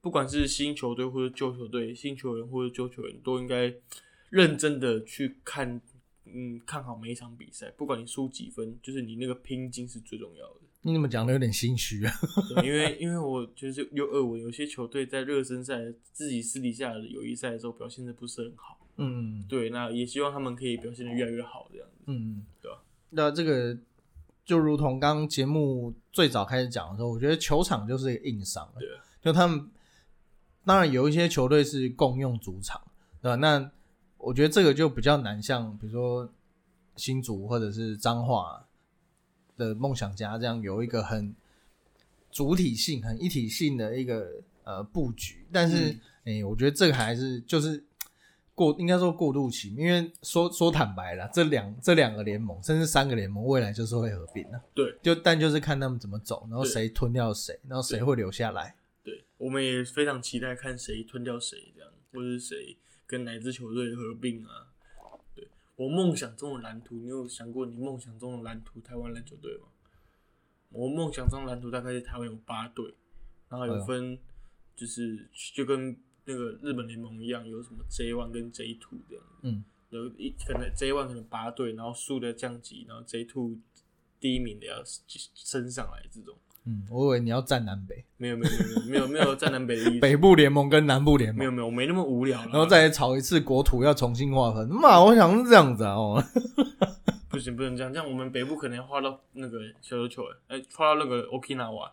Speaker 1: 不管是新球队或者旧球队，新球员或者旧球员都应该认真的去看，嗯，看好每一场比赛，不管你输几分，就是你那个拼劲是最重要的。
Speaker 2: 你怎么讲的有点心虚啊？
Speaker 1: 对，因为因为我就是有耳闻，有些球队在热身赛自己私底下的友谊赛的时候表现的不是很好。
Speaker 2: 嗯
Speaker 1: 对，那也希望他们可以表现的越来越好，这样子。
Speaker 2: 嗯，
Speaker 1: 对啊
Speaker 2: 那这个就如同刚刚节目最早开始讲的时候，我觉得球场就是一个硬伤了。啊
Speaker 1: 对，
Speaker 2: 就他们当然有一些球队是共用主场，对吧？那我觉得这个就比较难，像比如说新竹或者是彰化的梦想家这样有一个很主体性、很一体性的一个呃布局，但是
Speaker 1: 嗯
Speaker 2: 诶、我觉得这个还是就是。过应该说过渡期，因为说说坦白了，这两这两个联盟，甚至三个联盟，未来就是会合并的、
Speaker 1: 对，
Speaker 2: 就但就是看他们怎么走，然后
Speaker 1: 对
Speaker 2: 谁吞掉谁，然后谁
Speaker 1: 对
Speaker 2: 会留下来。
Speaker 1: 对，我们也非常期待看谁吞掉谁，这样，或者是谁跟哪支球队合并啊。对我梦想中的蓝图，你有想过你梦想中的蓝图台湾篮球队吗？我梦想中的蓝图大概是台湾有八队，然后
Speaker 2: 哎
Speaker 1: 有
Speaker 2: 呦
Speaker 1: 分，就是就跟那个日本联盟一样，有什么 J One 跟 J Two 这样。
Speaker 2: 嗯，
Speaker 1: 有一可能 J One 可能八队，然后输的降级，然后 J Two 第一名的要升上来这种。
Speaker 2: 嗯，我以为你要站南北，
Speaker 1: 没有没有没有没有没有站南北 的意思。
Speaker 2: 北部联盟跟南部联
Speaker 1: 没
Speaker 2: 盟，
Speaker 1: 有没有，我没那么无聊啦。
Speaker 2: 哦然后再炒一次国土，要重新划分。妈，我想是这样子啊，哦，
Speaker 1: 不行不能这样，这样我们北部可能要划到那个小琉球，哎、划到那个 Okinawa，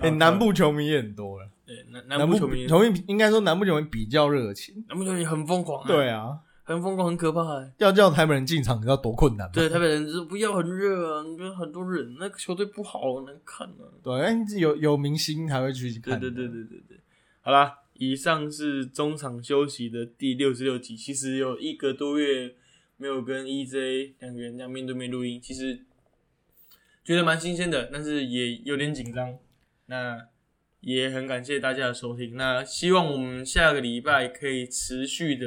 Speaker 2: 哎，南部球迷也很多了，
Speaker 1: 对南
Speaker 2: 南
Speaker 1: 南部球迷，
Speaker 2: 球迷应该说南部球迷比较热情。
Speaker 1: 南部球迷很疯狂、啊，
Speaker 2: 对，啊，
Speaker 1: 很疯狂，很可怕、欸。
Speaker 2: 要叫台北人进场，你知道多困难吗？
Speaker 1: 对，台北人就是不要很热啊，因为很多人，那个球队不好，难看啊。
Speaker 2: 对，哎有有明星才会去
Speaker 1: 对
Speaker 2: 看。
Speaker 1: 对对对对对，好啦，以上是中场休息的第六十六集。其实有一个多月没有跟 EJ 两个人这样面对面录音，其实觉得蛮新鲜的，但是也有点紧张。那也很感谢大家的收听。那希望我们下个礼拜可以持续的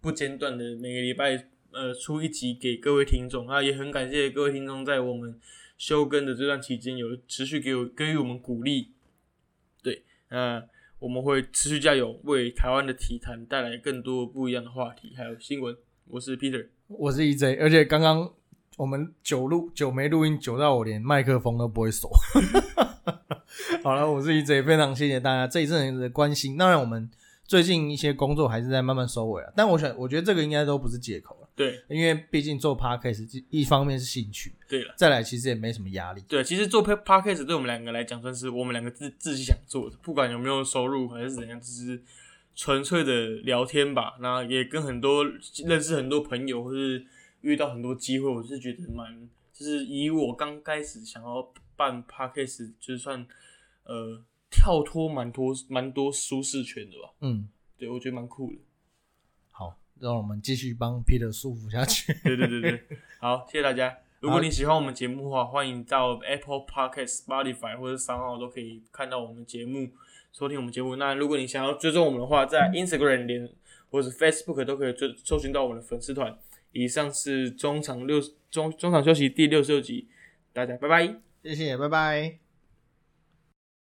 Speaker 1: 不间断的每个礼拜呃出一集给各位听众。那也很感谢各位听众在我们休更的这段期间有持续给我给予我们鼓励。那我们会持续加油，为台湾的体坛带来更多不一样的话题，还有新闻。我是 Peter，
Speaker 2: 我是 EJ，而且刚刚我们久录久没录音，久到我连麦克风都不会锁。 好了，我是 EJ，非常谢谢大家这一阵子的关心。当然，我们最近一些工作还是在慢慢收尾了，但我想，我觉得这个应该都不是借口了，
Speaker 1: 对
Speaker 2: 因为毕竟做 podcast 一方面是兴趣，
Speaker 1: 对了，
Speaker 2: 再来其实也没什么压力。
Speaker 1: 对，其实做 p o d c a s t 对我们两个来讲，算是我们两个自自己想做的，不管有没有收入还是怎样，就是纯粹的聊天吧。那也跟很多认识很多朋友，或是遇到很多机会，我是觉得蛮，就是以我刚开始想要办 p o d c a s t 就是算呃跳脱蛮多蛮多舒适圈的吧。
Speaker 2: 嗯，
Speaker 1: 对，我觉得蛮酷的。
Speaker 2: 好，让我们继续帮 Peter 舒服下去。
Speaker 1: 对对对对，好，谢谢大家。如果你喜欢我们节目的话，欢迎到 Apple Podcast、Spotify 或者三号都可以看到我们节目，收听我们节目。那如果你想要追踪我们的话，在 Instagram 连或者是 Facebook 都可以追搜寻到我们的粉丝团。以上是中场六中中场休息第六十六集，大家拜拜。
Speaker 2: 谢谢，拜拜。